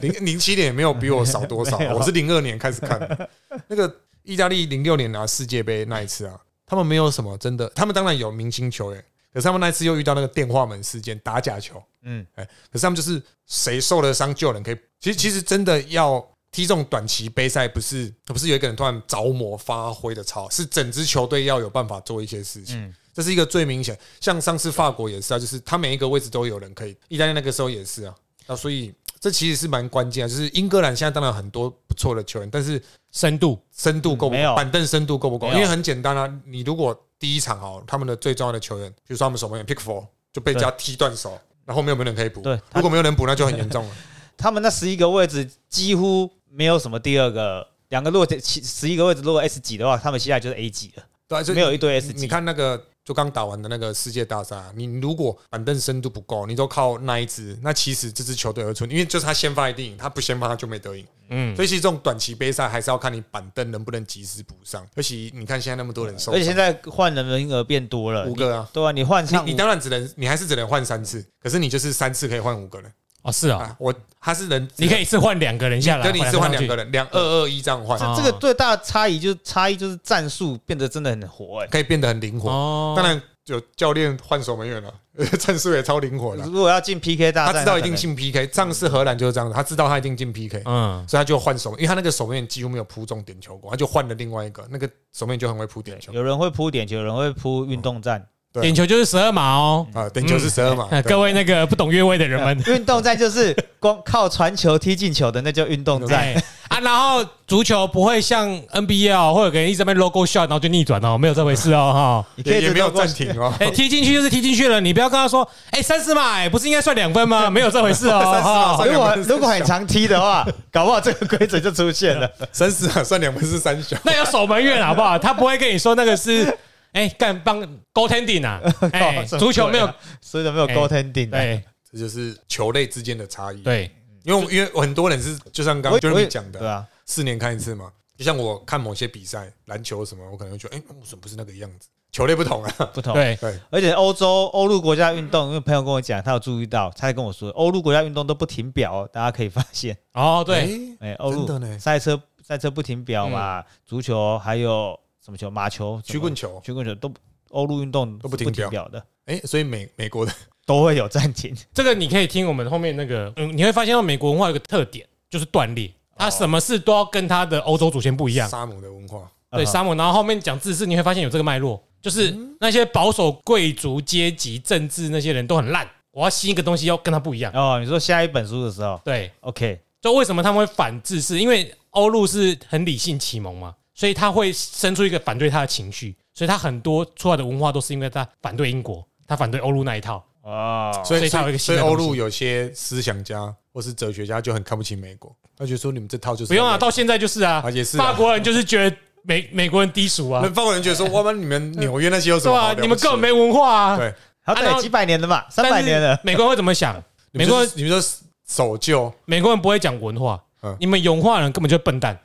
Speaker 1: 零零七年也没有比我少多少，啊我是零二年开始看的。那个意大利零六年拿世界杯那一次啊，他们没有什么真的，他们当然有明星球员，可是他们那一次又遇到那个电话门事件打假球，哎
Speaker 2: 嗯，
Speaker 1: 可是他们就是谁受了伤救人可以。其实其实真的要踢这种短期杯赛，不是不是有一个人突然着魔发挥的超，是整支球队要有办法做一些事情。
Speaker 2: 嗯
Speaker 1: 这是一个最明显，像上次法国也是啊，就是他每一个位置都有人可以。意大利那个时候也是啊，那所以这其实是蛮关键啊。就是英格兰现在当然很多不错的球员，但是
Speaker 3: 深度
Speaker 1: 深度够不
Speaker 2: 嗯没有
Speaker 1: 够？板凳深度够不够？
Speaker 2: 没
Speaker 1: 因
Speaker 2: 有
Speaker 1: 为很简单啊，你如果第一场哦，他们的最重要的球员，比如说他们守门员 Pickford 就被人家踢断手，然后后面有没有人可以补？
Speaker 2: 对他
Speaker 1: 如果没有人补，那
Speaker 2: [laughs]
Speaker 1: 就很严重了。
Speaker 2: 他们那十一个位置几乎没有什么第二个，两个如果其十一个位置如果 S 级的话，他们现在就是 A 级了，
Speaker 1: 对啊，就
Speaker 2: 没有一堆 S
Speaker 1: 你
Speaker 2: 级。
Speaker 1: 看那个就刚打完的那个世界大赛啊，你如果板凳深度不够，你都靠那一支，那其实这支球队而出，因为就是他先发一定赢，他不先发他就没得赢。
Speaker 3: 嗯
Speaker 1: 所以其实这种短期杯赛还是要看你板凳能不能及时补上，尤其你看现在那么多人受
Speaker 2: 而且
Speaker 1: 伤
Speaker 2: 现，在换人名额变多了，
Speaker 1: 五个啊
Speaker 2: 你对啊，你换上
Speaker 1: 你你
Speaker 2: 五
Speaker 1: 当然只能你还是只能换三次，可是你就是三次可以换五个人
Speaker 3: 哦，是啊，
Speaker 1: 啊。我他是能
Speaker 3: 你可以一次换两个人下来，
Speaker 1: 跟你一次换两个
Speaker 3: 人
Speaker 1: 人，
Speaker 3: 上去。哦
Speaker 1: 两二二一这样换，
Speaker 3: 啊
Speaker 2: 这个最大的差异就是差异就是战术变得真的很活哎、
Speaker 1: 可以变得很灵活。
Speaker 3: 哦，
Speaker 1: 当然有教练换守门员了， [laughs] 战术也超灵活了。
Speaker 2: 如果要进 PK 大
Speaker 1: 啊他
Speaker 2: 战，
Speaker 1: 知道一
Speaker 2: 可能
Speaker 1: 定进 PK，上次荷兰就是这样子，他知道他一定进 PK，
Speaker 3: 嗯，
Speaker 1: 所以他就换守门，因为他那个守门员几乎没有扑中点球过，他就换了另外一个，那个守门员就很会扑点球
Speaker 2: 有人会扑点球，有人会扑运动战， [laughs]
Speaker 1: 对
Speaker 3: 点球就是十二码哦。
Speaker 1: 啊，点球是十
Speaker 3: [laughs]
Speaker 1: 二码
Speaker 3: 哎，
Speaker 1: 对嗯
Speaker 3: 各位那个不懂越位的人们，
Speaker 2: 运动战就是光靠传球踢进球的，那叫运动战。
Speaker 3: 哎啊，然后足球不会像 NBA 哦，会有个人一直在那边 logo shot，然后就逆转哦，没有这回事哦
Speaker 1: [laughs]
Speaker 2: 你可
Speaker 1: 也
Speaker 2: 以
Speaker 1: 也没有
Speaker 2: 直接过
Speaker 1: 暂
Speaker 2: [laughs] 去
Speaker 1: 停哦
Speaker 3: 哈。。 [laughs] 哎，踢进去就是踢进去了，你不要跟他说，哎，三十码，哎不是应该算两
Speaker 1: [laughs]
Speaker 3: 分吗？没有这回事哦
Speaker 1: 三十码
Speaker 3: 哈。
Speaker 1: 算
Speaker 2: 啊如
Speaker 1: 两
Speaker 2: 果
Speaker 1: 分是
Speaker 2: 如果很常踢的话，搞不好这个规则就
Speaker 1: [laughs]
Speaker 2: 出现了。
Speaker 1: 三十啊，算两分是三小，
Speaker 3: 那有守门员好不好？他不会跟你说那
Speaker 1: [laughs]
Speaker 3: 个是，哎，干帮 goaltending 啊，
Speaker 1: 哦
Speaker 3: 哎，
Speaker 2: 什么
Speaker 3: 足球没
Speaker 1: 啊
Speaker 3: 有，
Speaker 2: 所以都没有
Speaker 3: 哎
Speaker 2: goaltending 的。
Speaker 3: 对
Speaker 1: 这就是球类之间的差异。，
Speaker 3: 对，
Speaker 1: 因为因为很多人是就像刚
Speaker 2: 我
Speaker 1: 刚 j e r
Speaker 2: 我
Speaker 1: e
Speaker 2: 也
Speaker 1: 讲
Speaker 2: 对
Speaker 1: 的，
Speaker 2: 啊，
Speaker 1: 四年看一次嘛。就像我看某些比赛，篮球什么，我可能会觉得，哎，为什么不是那个样子？球类不同啊，
Speaker 2: 不同。
Speaker 3: [laughs] 对，
Speaker 2: 而且欧洲欧陆国家运动，因为朋友跟我讲，他有注意到，他还跟我说，欧陆国家运动都不停表哦，大家可以发现， [laughs]
Speaker 3: 哦对，
Speaker 1: 诶，
Speaker 2: 哎，欧
Speaker 1: 真的
Speaker 2: 陆
Speaker 1: 呢
Speaker 2: 赛车赛车不停表嘛，足球还有什么球，马球、
Speaker 1: 曲棍球，
Speaker 2: 曲棍球都欧陆运动
Speaker 1: 都不
Speaker 2: 不
Speaker 1: 停
Speaker 2: 停
Speaker 1: 表
Speaker 2: 表的，
Speaker 1: 哎，所以美美国的
Speaker 2: 都会有暂停。 [laughs]
Speaker 3: 这个你可以听我们后面那个，嗯，你会发现到美国文化有个特点，就是断裂，它什么事都要跟它的欧洲祖先不一样。
Speaker 1: 沙姆的文化，
Speaker 3: 对，沙漠，然后后面讲自治，你会发现有这个脉络，就是那些保守贵族阶级、政治那些人都很烂，我要新一个东西要跟他不一样。
Speaker 2: 哦，你说下一本书的时候
Speaker 3: 对，
Speaker 2: ，OK，
Speaker 3: 就为什么他们会反自治？因为欧陆是很理性启蒙嘛，所以他会生出一个反对他的情绪，所以他很多出来的文化都是因为他反对英国，他反对欧陆那一套。
Speaker 2: 哦，
Speaker 1: 所
Speaker 3: 所
Speaker 1: 以
Speaker 3: 以它有一个
Speaker 1: 所
Speaker 3: 新
Speaker 1: 以
Speaker 3: 的
Speaker 1: 欧
Speaker 3: 东
Speaker 1: 陆
Speaker 3: 西
Speaker 1: 有些思想家或是哲学家就很看不起美国，他就说你们这套就是
Speaker 3: 不用啊，
Speaker 1: 美国
Speaker 3: 到现在就是啊
Speaker 1: 啊，也是啊
Speaker 3: 法国人就是觉得美美国人低俗啊
Speaker 1: 那，法国人觉得
Speaker 3: [laughs]
Speaker 1: 说，哇，那你们纽约那些有什
Speaker 3: 对
Speaker 1: 么
Speaker 3: 啊
Speaker 1: 好，了不起的？
Speaker 3: 你们根本没文化啊。
Speaker 1: 对，
Speaker 2: 好
Speaker 3: 啊然后
Speaker 2: 歹几百年的嘛，三百
Speaker 3: 但是
Speaker 2: 年了，
Speaker 3: 美国人会怎么想？
Speaker 1: 你
Speaker 3: 美
Speaker 1: 们
Speaker 3: 国
Speaker 1: 就
Speaker 3: 人
Speaker 1: 是你们就是守旧，
Speaker 3: 美国人不会讲文化
Speaker 1: 嗯，
Speaker 3: 你们永化人根本就是
Speaker 1: [laughs]
Speaker 3: 笨蛋，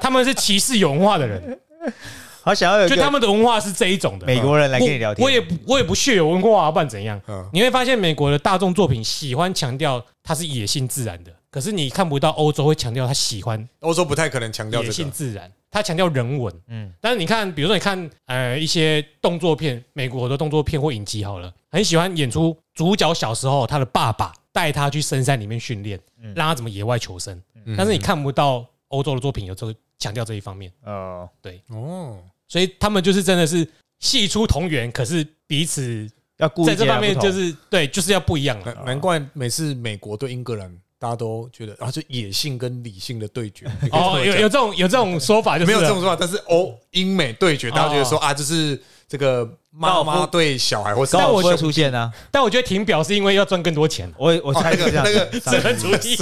Speaker 3: 他们是歧视永化的
Speaker 2: [laughs]
Speaker 3: 人，
Speaker 2: 好想要有一
Speaker 3: 就他
Speaker 2: 个
Speaker 3: 们的文化是这一种的。
Speaker 2: 美国人来跟你聊天。
Speaker 3: 我我也不我也不屑有文化、啊，不然怎样？
Speaker 1: 嗯，
Speaker 3: 你会发现美国的大众作品喜欢强调它是野性自然的，可是你看不到欧洲会强调他喜欢
Speaker 1: 欧洲不太可能强调
Speaker 3: 野
Speaker 1: 这
Speaker 3: 性
Speaker 1: 个，
Speaker 3: 自然，他强调人文。
Speaker 2: 嗯，
Speaker 3: 但是你看，比如说你看呃一些动作片，美国的动作片或影集好了，很喜欢演出主角小时候他的爸爸带他去深山里面训练，
Speaker 2: 嗯
Speaker 3: 让他怎么野外求生。
Speaker 1: 嗯
Speaker 3: 但是你看不到欧洲的作品有这个强调这一方面，
Speaker 2: 哦，
Speaker 1: 哦，
Speaker 3: 所以他们就是真的是系出同源，可是彼此
Speaker 2: 要故意
Speaker 3: 在这方面
Speaker 2: 截然不同
Speaker 3: 就是对，就是要不一样啊了。
Speaker 1: 难难怪每次美国对英格兰，大家都觉得啊，就野性跟理性的对决，你可以
Speaker 3: 哦，
Speaker 1: 这么
Speaker 3: 有
Speaker 1: 讲
Speaker 3: 有这种有这种说法，就是
Speaker 1: 没有这种说法，啊但是欧英美对决，大家觉得说啊，这是这个妈
Speaker 2: 高尔
Speaker 1: 妈
Speaker 2: 夫
Speaker 1: 对小孩，或是
Speaker 2: 高尔夫
Speaker 1: 哦
Speaker 2: 会出现啊，
Speaker 3: 但我觉得停表是因为要赚更多钱，
Speaker 2: 我我猜
Speaker 1: 那
Speaker 2: 是
Speaker 1: 个
Speaker 2: 这
Speaker 1: [laughs]
Speaker 2: 样
Speaker 1: 哦那个
Speaker 2: 子，
Speaker 3: 资本主
Speaker 1: [laughs]
Speaker 3: 义。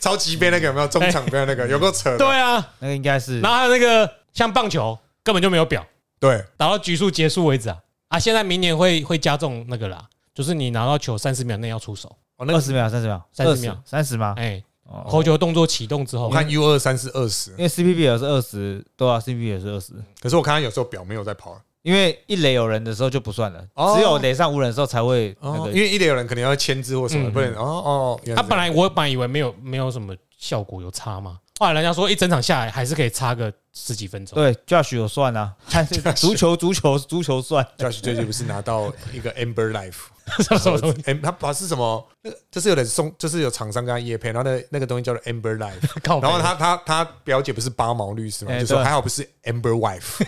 Speaker 1: 超级杯那个有没有中场杯那个有够扯的，
Speaker 3: 对啊，
Speaker 2: 那个应该是
Speaker 3: 然后还有那个像棒球根本就没有表，
Speaker 1: 对，
Speaker 3: 打到局数结束为止啊啊！现在明年会会加重那个啦，就是你拿到球三十秒内要出手，
Speaker 1: 哦，那
Speaker 2: 二
Speaker 1: 个
Speaker 2: 十秒、三十秒、
Speaker 3: 30秒、
Speaker 2: 三十吗？
Speaker 3: 哎，
Speaker 2: 哦
Speaker 3: 投球动作启动之后，
Speaker 1: 啊我看 U 二三是二十
Speaker 2: 因，为 CPB 也是二十，对啊，CPB 也是二十。
Speaker 1: 可是我看他有时候表没有在跑，啊
Speaker 2: 因为一垒有人的时候就不算了，
Speaker 1: 哦
Speaker 2: 只有垒上无人的时候才会那
Speaker 1: 哦，
Speaker 2: 个。
Speaker 1: 因为一垒有人可能要签字或什么，
Speaker 3: 嗯
Speaker 1: 不能哦哦，原
Speaker 3: 他
Speaker 1: 是
Speaker 3: 本来我本来以为没有没有什么效果，有差吗？后来人家说一整场下来还是可以差个十几分钟。
Speaker 2: 对，Josh 有算啊，看这个 [laughs] 足球、足球、足球算，
Speaker 1: Josh 最近不是拿到一个 Amber Life，
Speaker 3: [laughs] 什么什么什么
Speaker 1: M 他把是什么？那个就是有人送，就是有厂商跟他业配，然后那那个东西叫做 Amber Life，
Speaker 3: 靠北
Speaker 1: 然后他他他表姐不是八毛律师嘛，
Speaker 2: 哎
Speaker 1: 就说
Speaker 2: 对
Speaker 1: 还好不是 Amber Wife，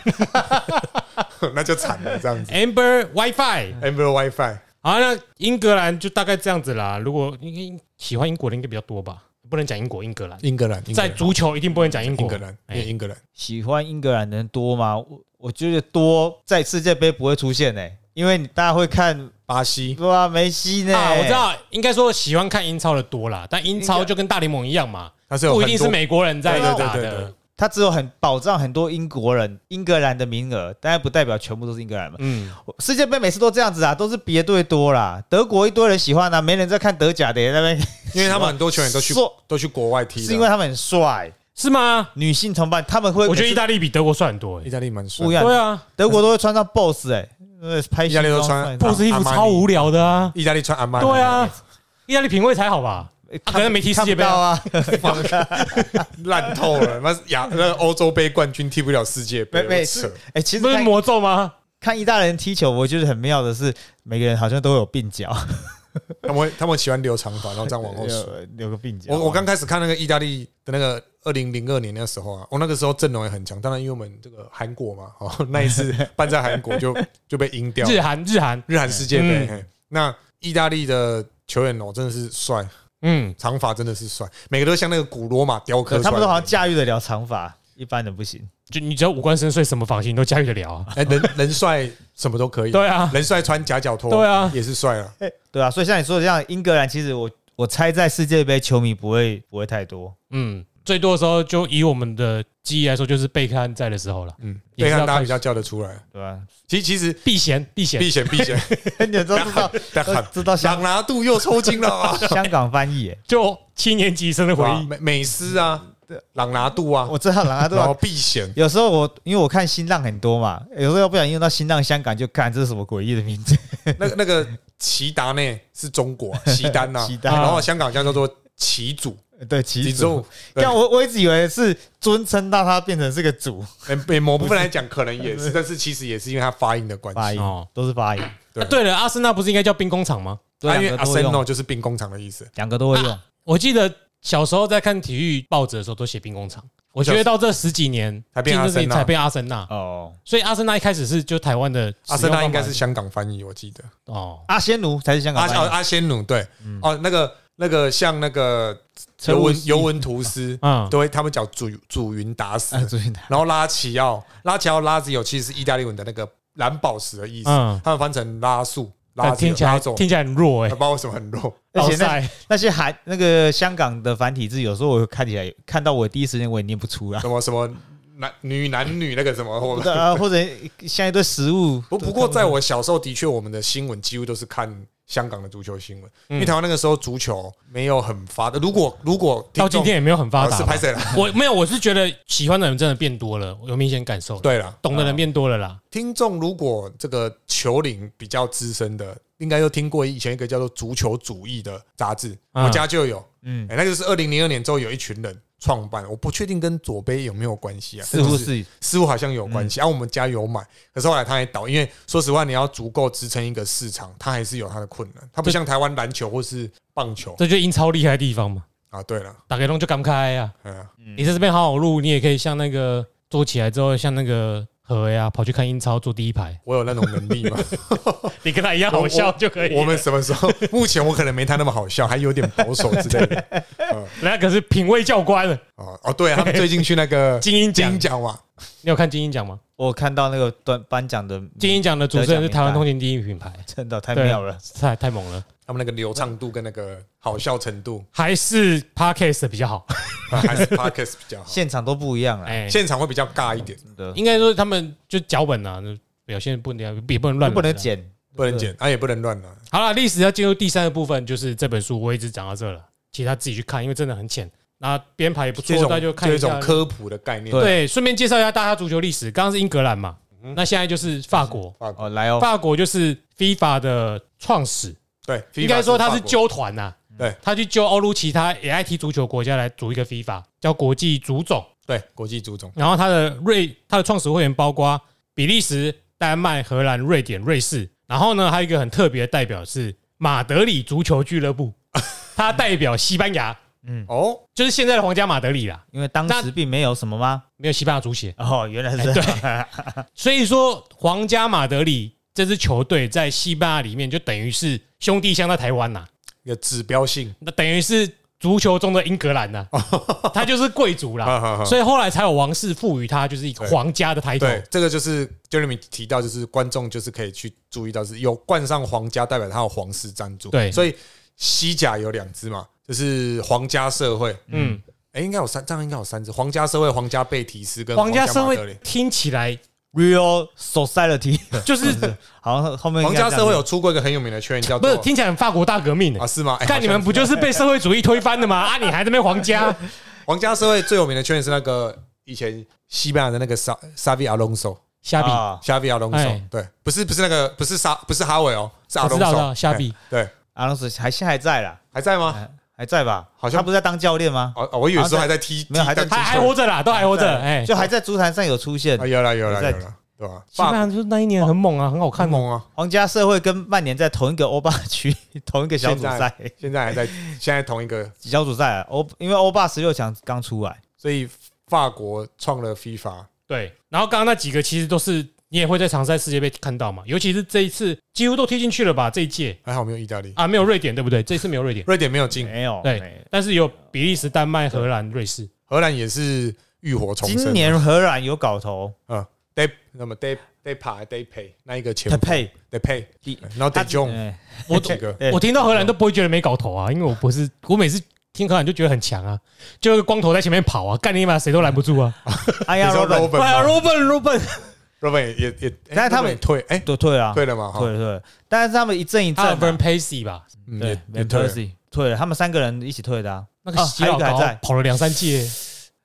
Speaker 1: 那就惨了这样子。
Speaker 3: Amber WiFi，
Speaker 1: Amber WiFi
Speaker 3: 好，那英格兰就大概这样子啦。如果你喜欢英国的应该比较多吧，不能讲英国，英格兰
Speaker 1: 英格兰，英格
Speaker 3: 在
Speaker 1: 兰
Speaker 3: 足球一定不能讲英
Speaker 1: 英
Speaker 3: 国
Speaker 1: 格。兰，因
Speaker 3: 哎
Speaker 1: 为英格兰
Speaker 2: 喜欢英格兰的人多吗？我我觉得多，在世界杯不会出现呢、欸因为你大家会看，
Speaker 1: 巴西
Speaker 2: 对啊，梅西呢、
Speaker 3: 啊，我知，道，应该说喜欢看英超的多啦，但英
Speaker 2: 英
Speaker 3: 超
Speaker 2: 格
Speaker 3: 就跟大联盟一样嘛，
Speaker 1: 它是有
Speaker 3: 不一
Speaker 1: 很
Speaker 3: 定
Speaker 1: 多
Speaker 3: 是美国人在
Speaker 1: 对对
Speaker 3: 打
Speaker 1: 对对对
Speaker 3: 的
Speaker 1: 对。
Speaker 2: 他只有很保障很多英国人、英格兰的名额，但不代表全部都是英格兰嘛。
Speaker 3: 嗯，
Speaker 2: 世界杯每次都这样子啊，都是别队多啦，德国一堆人喜欢啊，没人在看德甲的那边，
Speaker 3: 啊
Speaker 1: 因为他们很多球员都去
Speaker 2: 说
Speaker 1: 都去国外踢的，
Speaker 2: 是因为他们很帅，
Speaker 3: 是吗？
Speaker 2: 女性同伴他们会，
Speaker 3: 我觉得
Speaker 2: 每
Speaker 3: 意
Speaker 2: 次
Speaker 3: 大利比德国帅很多
Speaker 1: 意
Speaker 3: 诶。
Speaker 1: 大利蛮帅
Speaker 2: 不一，样，
Speaker 3: 对啊，
Speaker 2: 德国都会穿上 BOSS 哎、呃，拍
Speaker 1: 意大利都
Speaker 2: 西装
Speaker 1: 穿
Speaker 3: 布斯衣服超无聊的啊。
Speaker 1: 意大利穿阿曼，
Speaker 3: 对，啊，意大利品味才好吧？啊可能没踢世界杯
Speaker 2: 哎看不到
Speaker 3: 啊。
Speaker 2: 啊， [laughs]
Speaker 1: 烂透了，妈亚那个欧洲杯冠军踢不了世界杯，
Speaker 2: 没没
Speaker 1: 我扯
Speaker 2: 哎、其实
Speaker 3: 不是
Speaker 2: 看
Speaker 3: 魔咒吗？
Speaker 2: 看意大利人踢球，我觉得很妙的是，每个人好像都有鬓角，
Speaker 1: 他们会他们喜欢留长发，
Speaker 3: [laughs]
Speaker 1: 然后这样往后梳。
Speaker 2: [laughs] 有有个鬓角。
Speaker 1: 我我刚开始看那个意大利的那个二零零二年那时候啊，我那个时候阵容也很强，当然因为我们这个韩国嘛，
Speaker 3: [laughs]
Speaker 1: 哦，那一次办在韩国就就被赢掉
Speaker 3: 日韩，日韩，
Speaker 1: 日韩世界杯。
Speaker 3: 啊嗯
Speaker 1: 嘿那意大利的球员哦，真的是帅，
Speaker 3: 嗯，
Speaker 1: 长发真的是帅，每个都像那个古罗马雕刻
Speaker 2: 可
Speaker 1: 出来的，
Speaker 2: 他们都好像驾驭得了长发，一般人不行。
Speaker 3: 就你只要五官深邃，什么发型都驾驭得了啊。
Speaker 1: 哎，人人帅什么都可以，
Speaker 3: 对啊，
Speaker 1: 人帅穿夹脚拖，
Speaker 3: 对啊
Speaker 1: 也是帅啊。
Speaker 2: 对啊，所以像你说的这样，英格兰其实我我猜在世界杯球迷不会不会太多，
Speaker 3: 嗯，最多的时候就以我们的记忆来说，就是贝克汉在的时候了。
Speaker 1: 嗯，
Speaker 3: 也
Speaker 1: 对
Speaker 3: 是要
Speaker 1: 看大家
Speaker 3: 看
Speaker 1: 比较叫得出来。
Speaker 2: 对吧、 [laughs]
Speaker 1: 其实其实
Speaker 3: 避嫌，避嫌，
Speaker 1: 避嫌避嫌，
Speaker 2: 你都知道
Speaker 1: 但 [laughs]
Speaker 2: 都
Speaker 1: 很
Speaker 2: [laughs] 知道
Speaker 1: 朗 [laughs]
Speaker 2: 香
Speaker 1: 拿度又抽筋了啊！
Speaker 2: 香港翻译耶、
Speaker 3: 就七年级生的回
Speaker 1: 对吧
Speaker 3: 忆。
Speaker 1: 美美斯啊，朗拿度啊，
Speaker 2: [laughs] 我知道啦，对
Speaker 1: 然
Speaker 2: 吧
Speaker 1: 后？避险，
Speaker 2: 有时候我因为我看新浪很多嘛，有时候不小心用到新浪香港，就看这是什么诡异的名字， [laughs]
Speaker 1: 那个那个齐达呢是中国啊 [laughs] 齐丹呐
Speaker 2: 齐，丹
Speaker 1: 然后香港叫做齐祖，
Speaker 2: 对，其
Speaker 1: 齐
Speaker 2: 实
Speaker 1: [laughs] 祖，对
Speaker 2: 但我我一直以为是尊称到它变成是个
Speaker 1: [laughs]
Speaker 2: 主
Speaker 1: 诶诶某部分来讲可能也是，但是其实也是因为它发音的关
Speaker 2: 发
Speaker 1: 系，
Speaker 2: 音
Speaker 3: 哦，
Speaker 2: 都是发音，
Speaker 1: 对
Speaker 3: 啊对了，阿森纳不是应该叫兵工厂吗？
Speaker 1: 它啊因为
Speaker 2: 对两个都会
Speaker 1: arsenal
Speaker 2: 用，
Speaker 1: 就是兵工厂的意思，
Speaker 2: 两个都会
Speaker 1: [laughs] 哦
Speaker 2: 用。
Speaker 3: 我记得小时候在看体育报纸的时候都写兵工厂，我觉得到这十几年
Speaker 1: 才变
Speaker 3: 竞争
Speaker 1: 阿森纳
Speaker 3: 才变阿森纳，
Speaker 2: 哦，
Speaker 3: 所以阿森纳一开始是就台湾的
Speaker 1: 阿森纳应该是
Speaker 3: 使
Speaker 1: 香港翻译，我记得
Speaker 3: 用方法
Speaker 2: 阿仙奴才是香
Speaker 1: 阿啊
Speaker 2: 港
Speaker 1: 阿
Speaker 2: 翻译，
Speaker 1: 阿仙奴对，哦那个那个像那个
Speaker 2: 车
Speaker 1: 尤
Speaker 2: 路
Speaker 1: 文
Speaker 2: 士
Speaker 1: 尤文图斯
Speaker 3: 哦，嗯，
Speaker 1: 都会他们叫祖祖云达斯，
Speaker 2: 啊，注意打
Speaker 1: 然后拉齐奥拉齐奥拉兹有其实是意大利文的那个蓝宝石的意思
Speaker 3: 嗯，
Speaker 1: 他们翻成拉素拉
Speaker 3: 但
Speaker 1: 兹
Speaker 3: 听起来
Speaker 1: 拉走，
Speaker 3: 听起来很
Speaker 1: 不
Speaker 3: 弱哎
Speaker 1: 知，道为什么很弱。
Speaker 2: 而
Speaker 3: 老
Speaker 2: 且那
Speaker 3: 塞
Speaker 2: 那些韩那个香港的繁体字，有时候我看起来看到我第一时间我也念不
Speaker 1: [laughs]
Speaker 2: 出来，
Speaker 1: 什么什么男 [laughs] 女男女那个什么，
Speaker 2: 不
Speaker 1: 我
Speaker 2: 知道啊，或者像一堆食物，
Speaker 1: 不不过在我小时候的确，我们的新闻几乎都是看香港的足球新闻，因为
Speaker 3: 嗯
Speaker 1: 台湾那个时候足球没有很发达。如果如果
Speaker 3: 到今天也没有很发
Speaker 1: 啊
Speaker 3: 达
Speaker 1: 是
Speaker 3: 吧
Speaker 1: 拍。谁了？
Speaker 3: [laughs] 我没有，我是觉得喜欢的人真的变多了，我有明显感受，
Speaker 1: 对了，
Speaker 3: 懂的人变多了啦。
Speaker 1: 听众如果这个球龄比较资深的，应该都听过以前一个叫做《足球主义》的杂志，
Speaker 3: 嗯
Speaker 1: 我家就有，
Speaker 2: 啊嗯，
Speaker 1: 哎，那就是二零零二年之后有一群人创办，我不确定跟左杯有没有关系啊，
Speaker 2: 似乎嗯
Speaker 1: 就是
Speaker 2: 是
Speaker 1: 似乎好像有关系。然后、啊、我们家有买，可是后来它也倒，因为说实话，你要足够支撑一个市场，它还是有它的困难。它不像台湾篮球或是棒球
Speaker 3: 这就是英超厉害的地方嘛，
Speaker 1: 啊。对了，
Speaker 3: 打开龙就感慨啊！
Speaker 1: 哎呀，
Speaker 3: 你在这边好好录，你也可以像那个做起来之后，像那个何呀、跑去看英超坐第一排，
Speaker 1: 我有那种能力
Speaker 2: [laughs]
Speaker 1: 吗？
Speaker 3: 你跟他一样好笑就可以。
Speaker 1: 我们什么时候？目前我可能没他那么好笑，还有点保守之
Speaker 2: [laughs]
Speaker 1: 类的。
Speaker 3: 人家可是品味教官了，
Speaker 1: 哦哦，对、啊，他们最近去那
Speaker 2: [laughs]
Speaker 1: 个
Speaker 3: 精英
Speaker 1: 金
Speaker 3: 奖
Speaker 1: 鹰。奖嗯嘛，
Speaker 3: 你有看金鹰奖吗？
Speaker 2: 我看到那个颁颁奖的，
Speaker 3: 金鹰奖的主持人是台湾通勤第一品牌，
Speaker 2: 真的太
Speaker 3: 对
Speaker 2: 妙了，
Speaker 3: 太太猛了，
Speaker 1: 他们那个流畅度跟那个好笑程
Speaker 3: [laughs]
Speaker 1: 度，
Speaker 3: 还是 podcast 比较好。
Speaker 1: 啊还是 Parkes 比较好。
Speaker 2: 现场都不一样
Speaker 1: 嗯
Speaker 2: 了，
Speaker 3: 哎，
Speaker 1: 现场会比较尬一点，
Speaker 2: 真的
Speaker 3: 应该说他们就脚本啊，表现不能也不能乱，
Speaker 2: 不能。剪，
Speaker 1: 不能剪，啊也不能乱了。
Speaker 3: 好了，历史要进入第三个部分，就是这本书我一直讲到这了，其他自己去看，因为真的很浅。那编排也不
Speaker 1: 这
Speaker 3: 错，
Speaker 1: 种
Speaker 3: 大家就看
Speaker 1: 这
Speaker 3: 一
Speaker 1: 种
Speaker 3: 下。
Speaker 1: 科普的概念，
Speaker 3: 对，顺便介绍一下大家足球历史。刚刚是英格兰嘛，
Speaker 1: 嗯
Speaker 3: 那现在就是法国。
Speaker 1: 法国
Speaker 2: 哦，来哦，
Speaker 3: 法国就是 FIFA 的创始，
Speaker 1: 对，
Speaker 3: 应该说他是
Speaker 1: 就
Speaker 3: 纠团呐。
Speaker 1: 对，
Speaker 3: 他去揪欧陆其他也爱踢足球国家来组一个 FIFA，叫国际足总。
Speaker 1: 对国际足总。
Speaker 3: 然后他的瑞，他的创始会员包括比利时、丹麦、荷兰、瑞典、瑞士。然后呢，还有一个很特别的代表是马德里足球俱乐部，他代表西班牙，
Speaker 1: 哦，
Speaker 3: 就是现在的皇家马德里啦，
Speaker 2: 因为当时并没有什么吗？
Speaker 3: 没有西班牙足协。
Speaker 2: 哦，原来是这
Speaker 3: 哎
Speaker 2: 样，
Speaker 3: 所以说，皇家马德里这支球队在西班牙里面就等于是兄弟相在台湾呐、
Speaker 1: 有指标性
Speaker 3: 那等于是足球中的英格兰呐、他就是贵族啦，
Speaker 1: 啊，
Speaker 3: 所以后来才有王室赋予他就是一个
Speaker 1: 对
Speaker 3: 皇家的
Speaker 1: 以
Speaker 3: title
Speaker 1: 对。这个就是 Jeremy 提到，就是观众就是可以去注意到，是有冠上皇家，代表他有皇室赞助。
Speaker 3: 对
Speaker 1: 所以西甲有两支嘛，就是皇家社会，
Speaker 3: 嗯，
Speaker 1: 哎，应该有三，这样应该有三支，皇家社会、皇家贝提斯跟
Speaker 3: 皇家社
Speaker 1: 马
Speaker 3: 会
Speaker 1: 德里。
Speaker 3: 听起来
Speaker 2: Real Society，
Speaker 3: 就是
Speaker 1: 嗯
Speaker 2: [laughs] 好像后面应
Speaker 1: 皇
Speaker 2: 该
Speaker 1: 家
Speaker 2: 这样
Speaker 1: 社会
Speaker 2: 子
Speaker 1: 有出过一个很有名的圈，叫
Speaker 3: 不
Speaker 1: 做
Speaker 3: 是听起来很法国大革命呢、
Speaker 1: 啊，是吗？哎
Speaker 3: 看你
Speaker 1: 好
Speaker 3: 们
Speaker 1: 像
Speaker 3: 不就是被社会主义推翻的吗？啊，你还在那边皇
Speaker 1: [laughs]
Speaker 3: 家？
Speaker 1: 皇家社会最有名的圈是那个以前西班牙的那个沙沙比阿隆索，
Speaker 3: 瞎比，
Speaker 2: 啊
Speaker 1: 沙比阿隆索
Speaker 3: 哎，
Speaker 1: 对，不是不是那个不是沙不是哈维哦，是阿
Speaker 3: 我
Speaker 1: 隆
Speaker 3: 知道，知道，
Speaker 1: 索，
Speaker 3: 瞎
Speaker 1: 哎
Speaker 3: 比。
Speaker 1: 对，
Speaker 2: 阿隆索还现在还在啦，
Speaker 1: 还在吗？
Speaker 2: 还还在吧？
Speaker 1: 好像
Speaker 2: 他不是在当教练吗？
Speaker 1: 哦，哦我以为说还在踢，
Speaker 2: 没有
Speaker 1: 踢
Speaker 2: 还在
Speaker 1: 弹
Speaker 3: 还
Speaker 1: 琴
Speaker 3: 还活着啦，都还活着，哎，
Speaker 2: 就还在足坛上有出现
Speaker 1: 啊，。有了有了
Speaker 2: 在
Speaker 1: 有了，对吧？
Speaker 3: 西班牙就是那一年很猛啊，很好看哦。
Speaker 1: 梦啊，
Speaker 2: 皇家社会跟曼联在同一个欧霸区， [laughs] 同一个小组赛，
Speaker 1: 现在还在，现在同一个，
Speaker 2: 小组赛啊欧，因为欧霸十六强刚出来，
Speaker 1: 所以法国创了 FIFA，
Speaker 3: 对，然后刚刚那几个其实都是你也会在常赛世界杯看到嘛，尤其是这一次几乎都踢进去了吧？这一届
Speaker 1: 还好没有意大利，
Speaker 3: 啊，没有瑞典对不对？这一次没有瑞典，
Speaker 1: 瑞典没有进，
Speaker 2: 没有
Speaker 3: 对，，但是有比利时、丹麦、荷兰、瑞士。
Speaker 1: 荷兰也是浴火重生。
Speaker 2: 今年荷兰有搞头，
Speaker 1: 嗯，Day 那么 Day Day Pa Day Pay 那一个前
Speaker 2: 他配，
Speaker 1: Day Pay，
Speaker 2: 第
Speaker 1: 然后 Day 哦 Jong
Speaker 2: 哎
Speaker 3: 我
Speaker 1: 几个
Speaker 2: 对
Speaker 3: 我听到荷兰都不会觉得没搞头啊，因为我不是我每次听荷兰就觉得很强啊，就有个光头在前面跑啊，干你妈谁都拦不住 [laughs] 啊。
Speaker 2: 哎呀
Speaker 1: 你说
Speaker 2: Robin，
Speaker 1: Robin
Speaker 2: 哎呀
Speaker 1: 吗
Speaker 2: Robin，Robin
Speaker 1: ，Robin 也也，哎
Speaker 2: 但是他们
Speaker 1: Robin 也退，哎，
Speaker 2: 都退了，
Speaker 1: 退了嘛，哈
Speaker 2: 退，了，退了，但是他们一阵一阵
Speaker 3: 还有
Speaker 2: 啊，
Speaker 3: Van Persie 吧，
Speaker 1: 嗯
Speaker 2: 对
Speaker 1: 也也
Speaker 2: ，Van
Speaker 1: 退了，
Speaker 2: Percy 退了，他们三个人一起退的啊，
Speaker 3: 那个洗
Speaker 2: 哦还有
Speaker 3: 老
Speaker 2: 一个还
Speaker 3: 高
Speaker 2: 在
Speaker 3: 跑了两三届，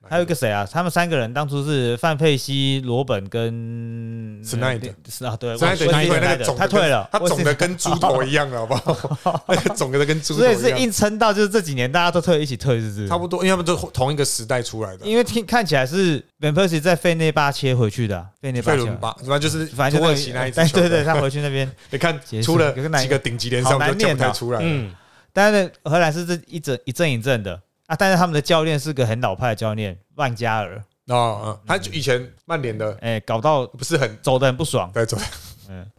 Speaker 1: 哪
Speaker 2: 还有一个谁啊？他们三个人当初是范佩西、罗本跟
Speaker 1: Snyder
Speaker 2: 是啊，对，
Speaker 1: 现在等于
Speaker 2: Wesley
Speaker 1: 那
Speaker 2: Snyder，
Speaker 1: 个肿，
Speaker 2: 他退了，
Speaker 1: 他肿
Speaker 2: Wesley
Speaker 1: 的跟猪头一样了，好不好？
Speaker 2: [laughs]
Speaker 1: [laughs] 那个肿的跟猪头
Speaker 2: 所以是
Speaker 1: 一样，
Speaker 2: 硬撑到就是这几年大家都退一起退，是不是？
Speaker 1: 差不多，因为他们都同一个时代出来的，
Speaker 2: 因为听看起来是 Van Persie 在费内巴切回去的啊，费内巴
Speaker 1: 费
Speaker 2: 切
Speaker 1: 伦
Speaker 2: 嘛，
Speaker 1: 巴，反正就是
Speaker 2: 嗯反正
Speaker 1: 土
Speaker 2: 就
Speaker 1: 耳
Speaker 2: 是
Speaker 1: 其那一支
Speaker 2: 对
Speaker 1: 球队
Speaker 2: 对对，他回去那边，
Speaker 1: 你看
Speaker 2: 结束
Speaker 1: 出了
Speaker 2: 跟哪
Speaker 1: 几个顶级联赛，我们就讲不
Speaker 2: 啊
Speaker 1: 太出来了。
Speaker 3: 嗯，
Speaker 2: 但是荷兰是这一整一阵一阵的啊，但是他们的教练是个很老派的教练，万加尔，
Speaker 1: 哦，嗯他就以前曼联的
Speaker 2: 哎，搞到
Speaker 1: 不是很
Speaker 2: 走的很不爽，
Speaker 1: 在走，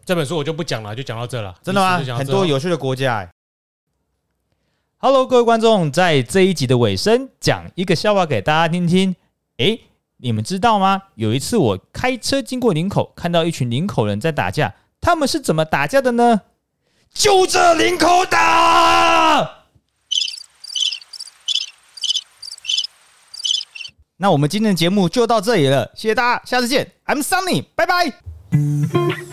Speaker 3: 这本书我就不讲了，就讲到这了。
Speaker 2: 真的吗？
Speaker 3: 历史就讲到
Speaker 2: 很
Speaker 3: 这了
Speaker 2: 多有趣的国家，哎
Speaker 5: Hello，各位观众，在这一集的尾声，讲一个笑话给大家听听。诶，你们知道吗？有一次我开车经过林口，看到一群林口人在打架，他们是怎么打架的呢？就着林口打。
Speaker 2: 那我们今天的节目就到这里了，谢谢大家，下次见，I'm Sunny，拜拜。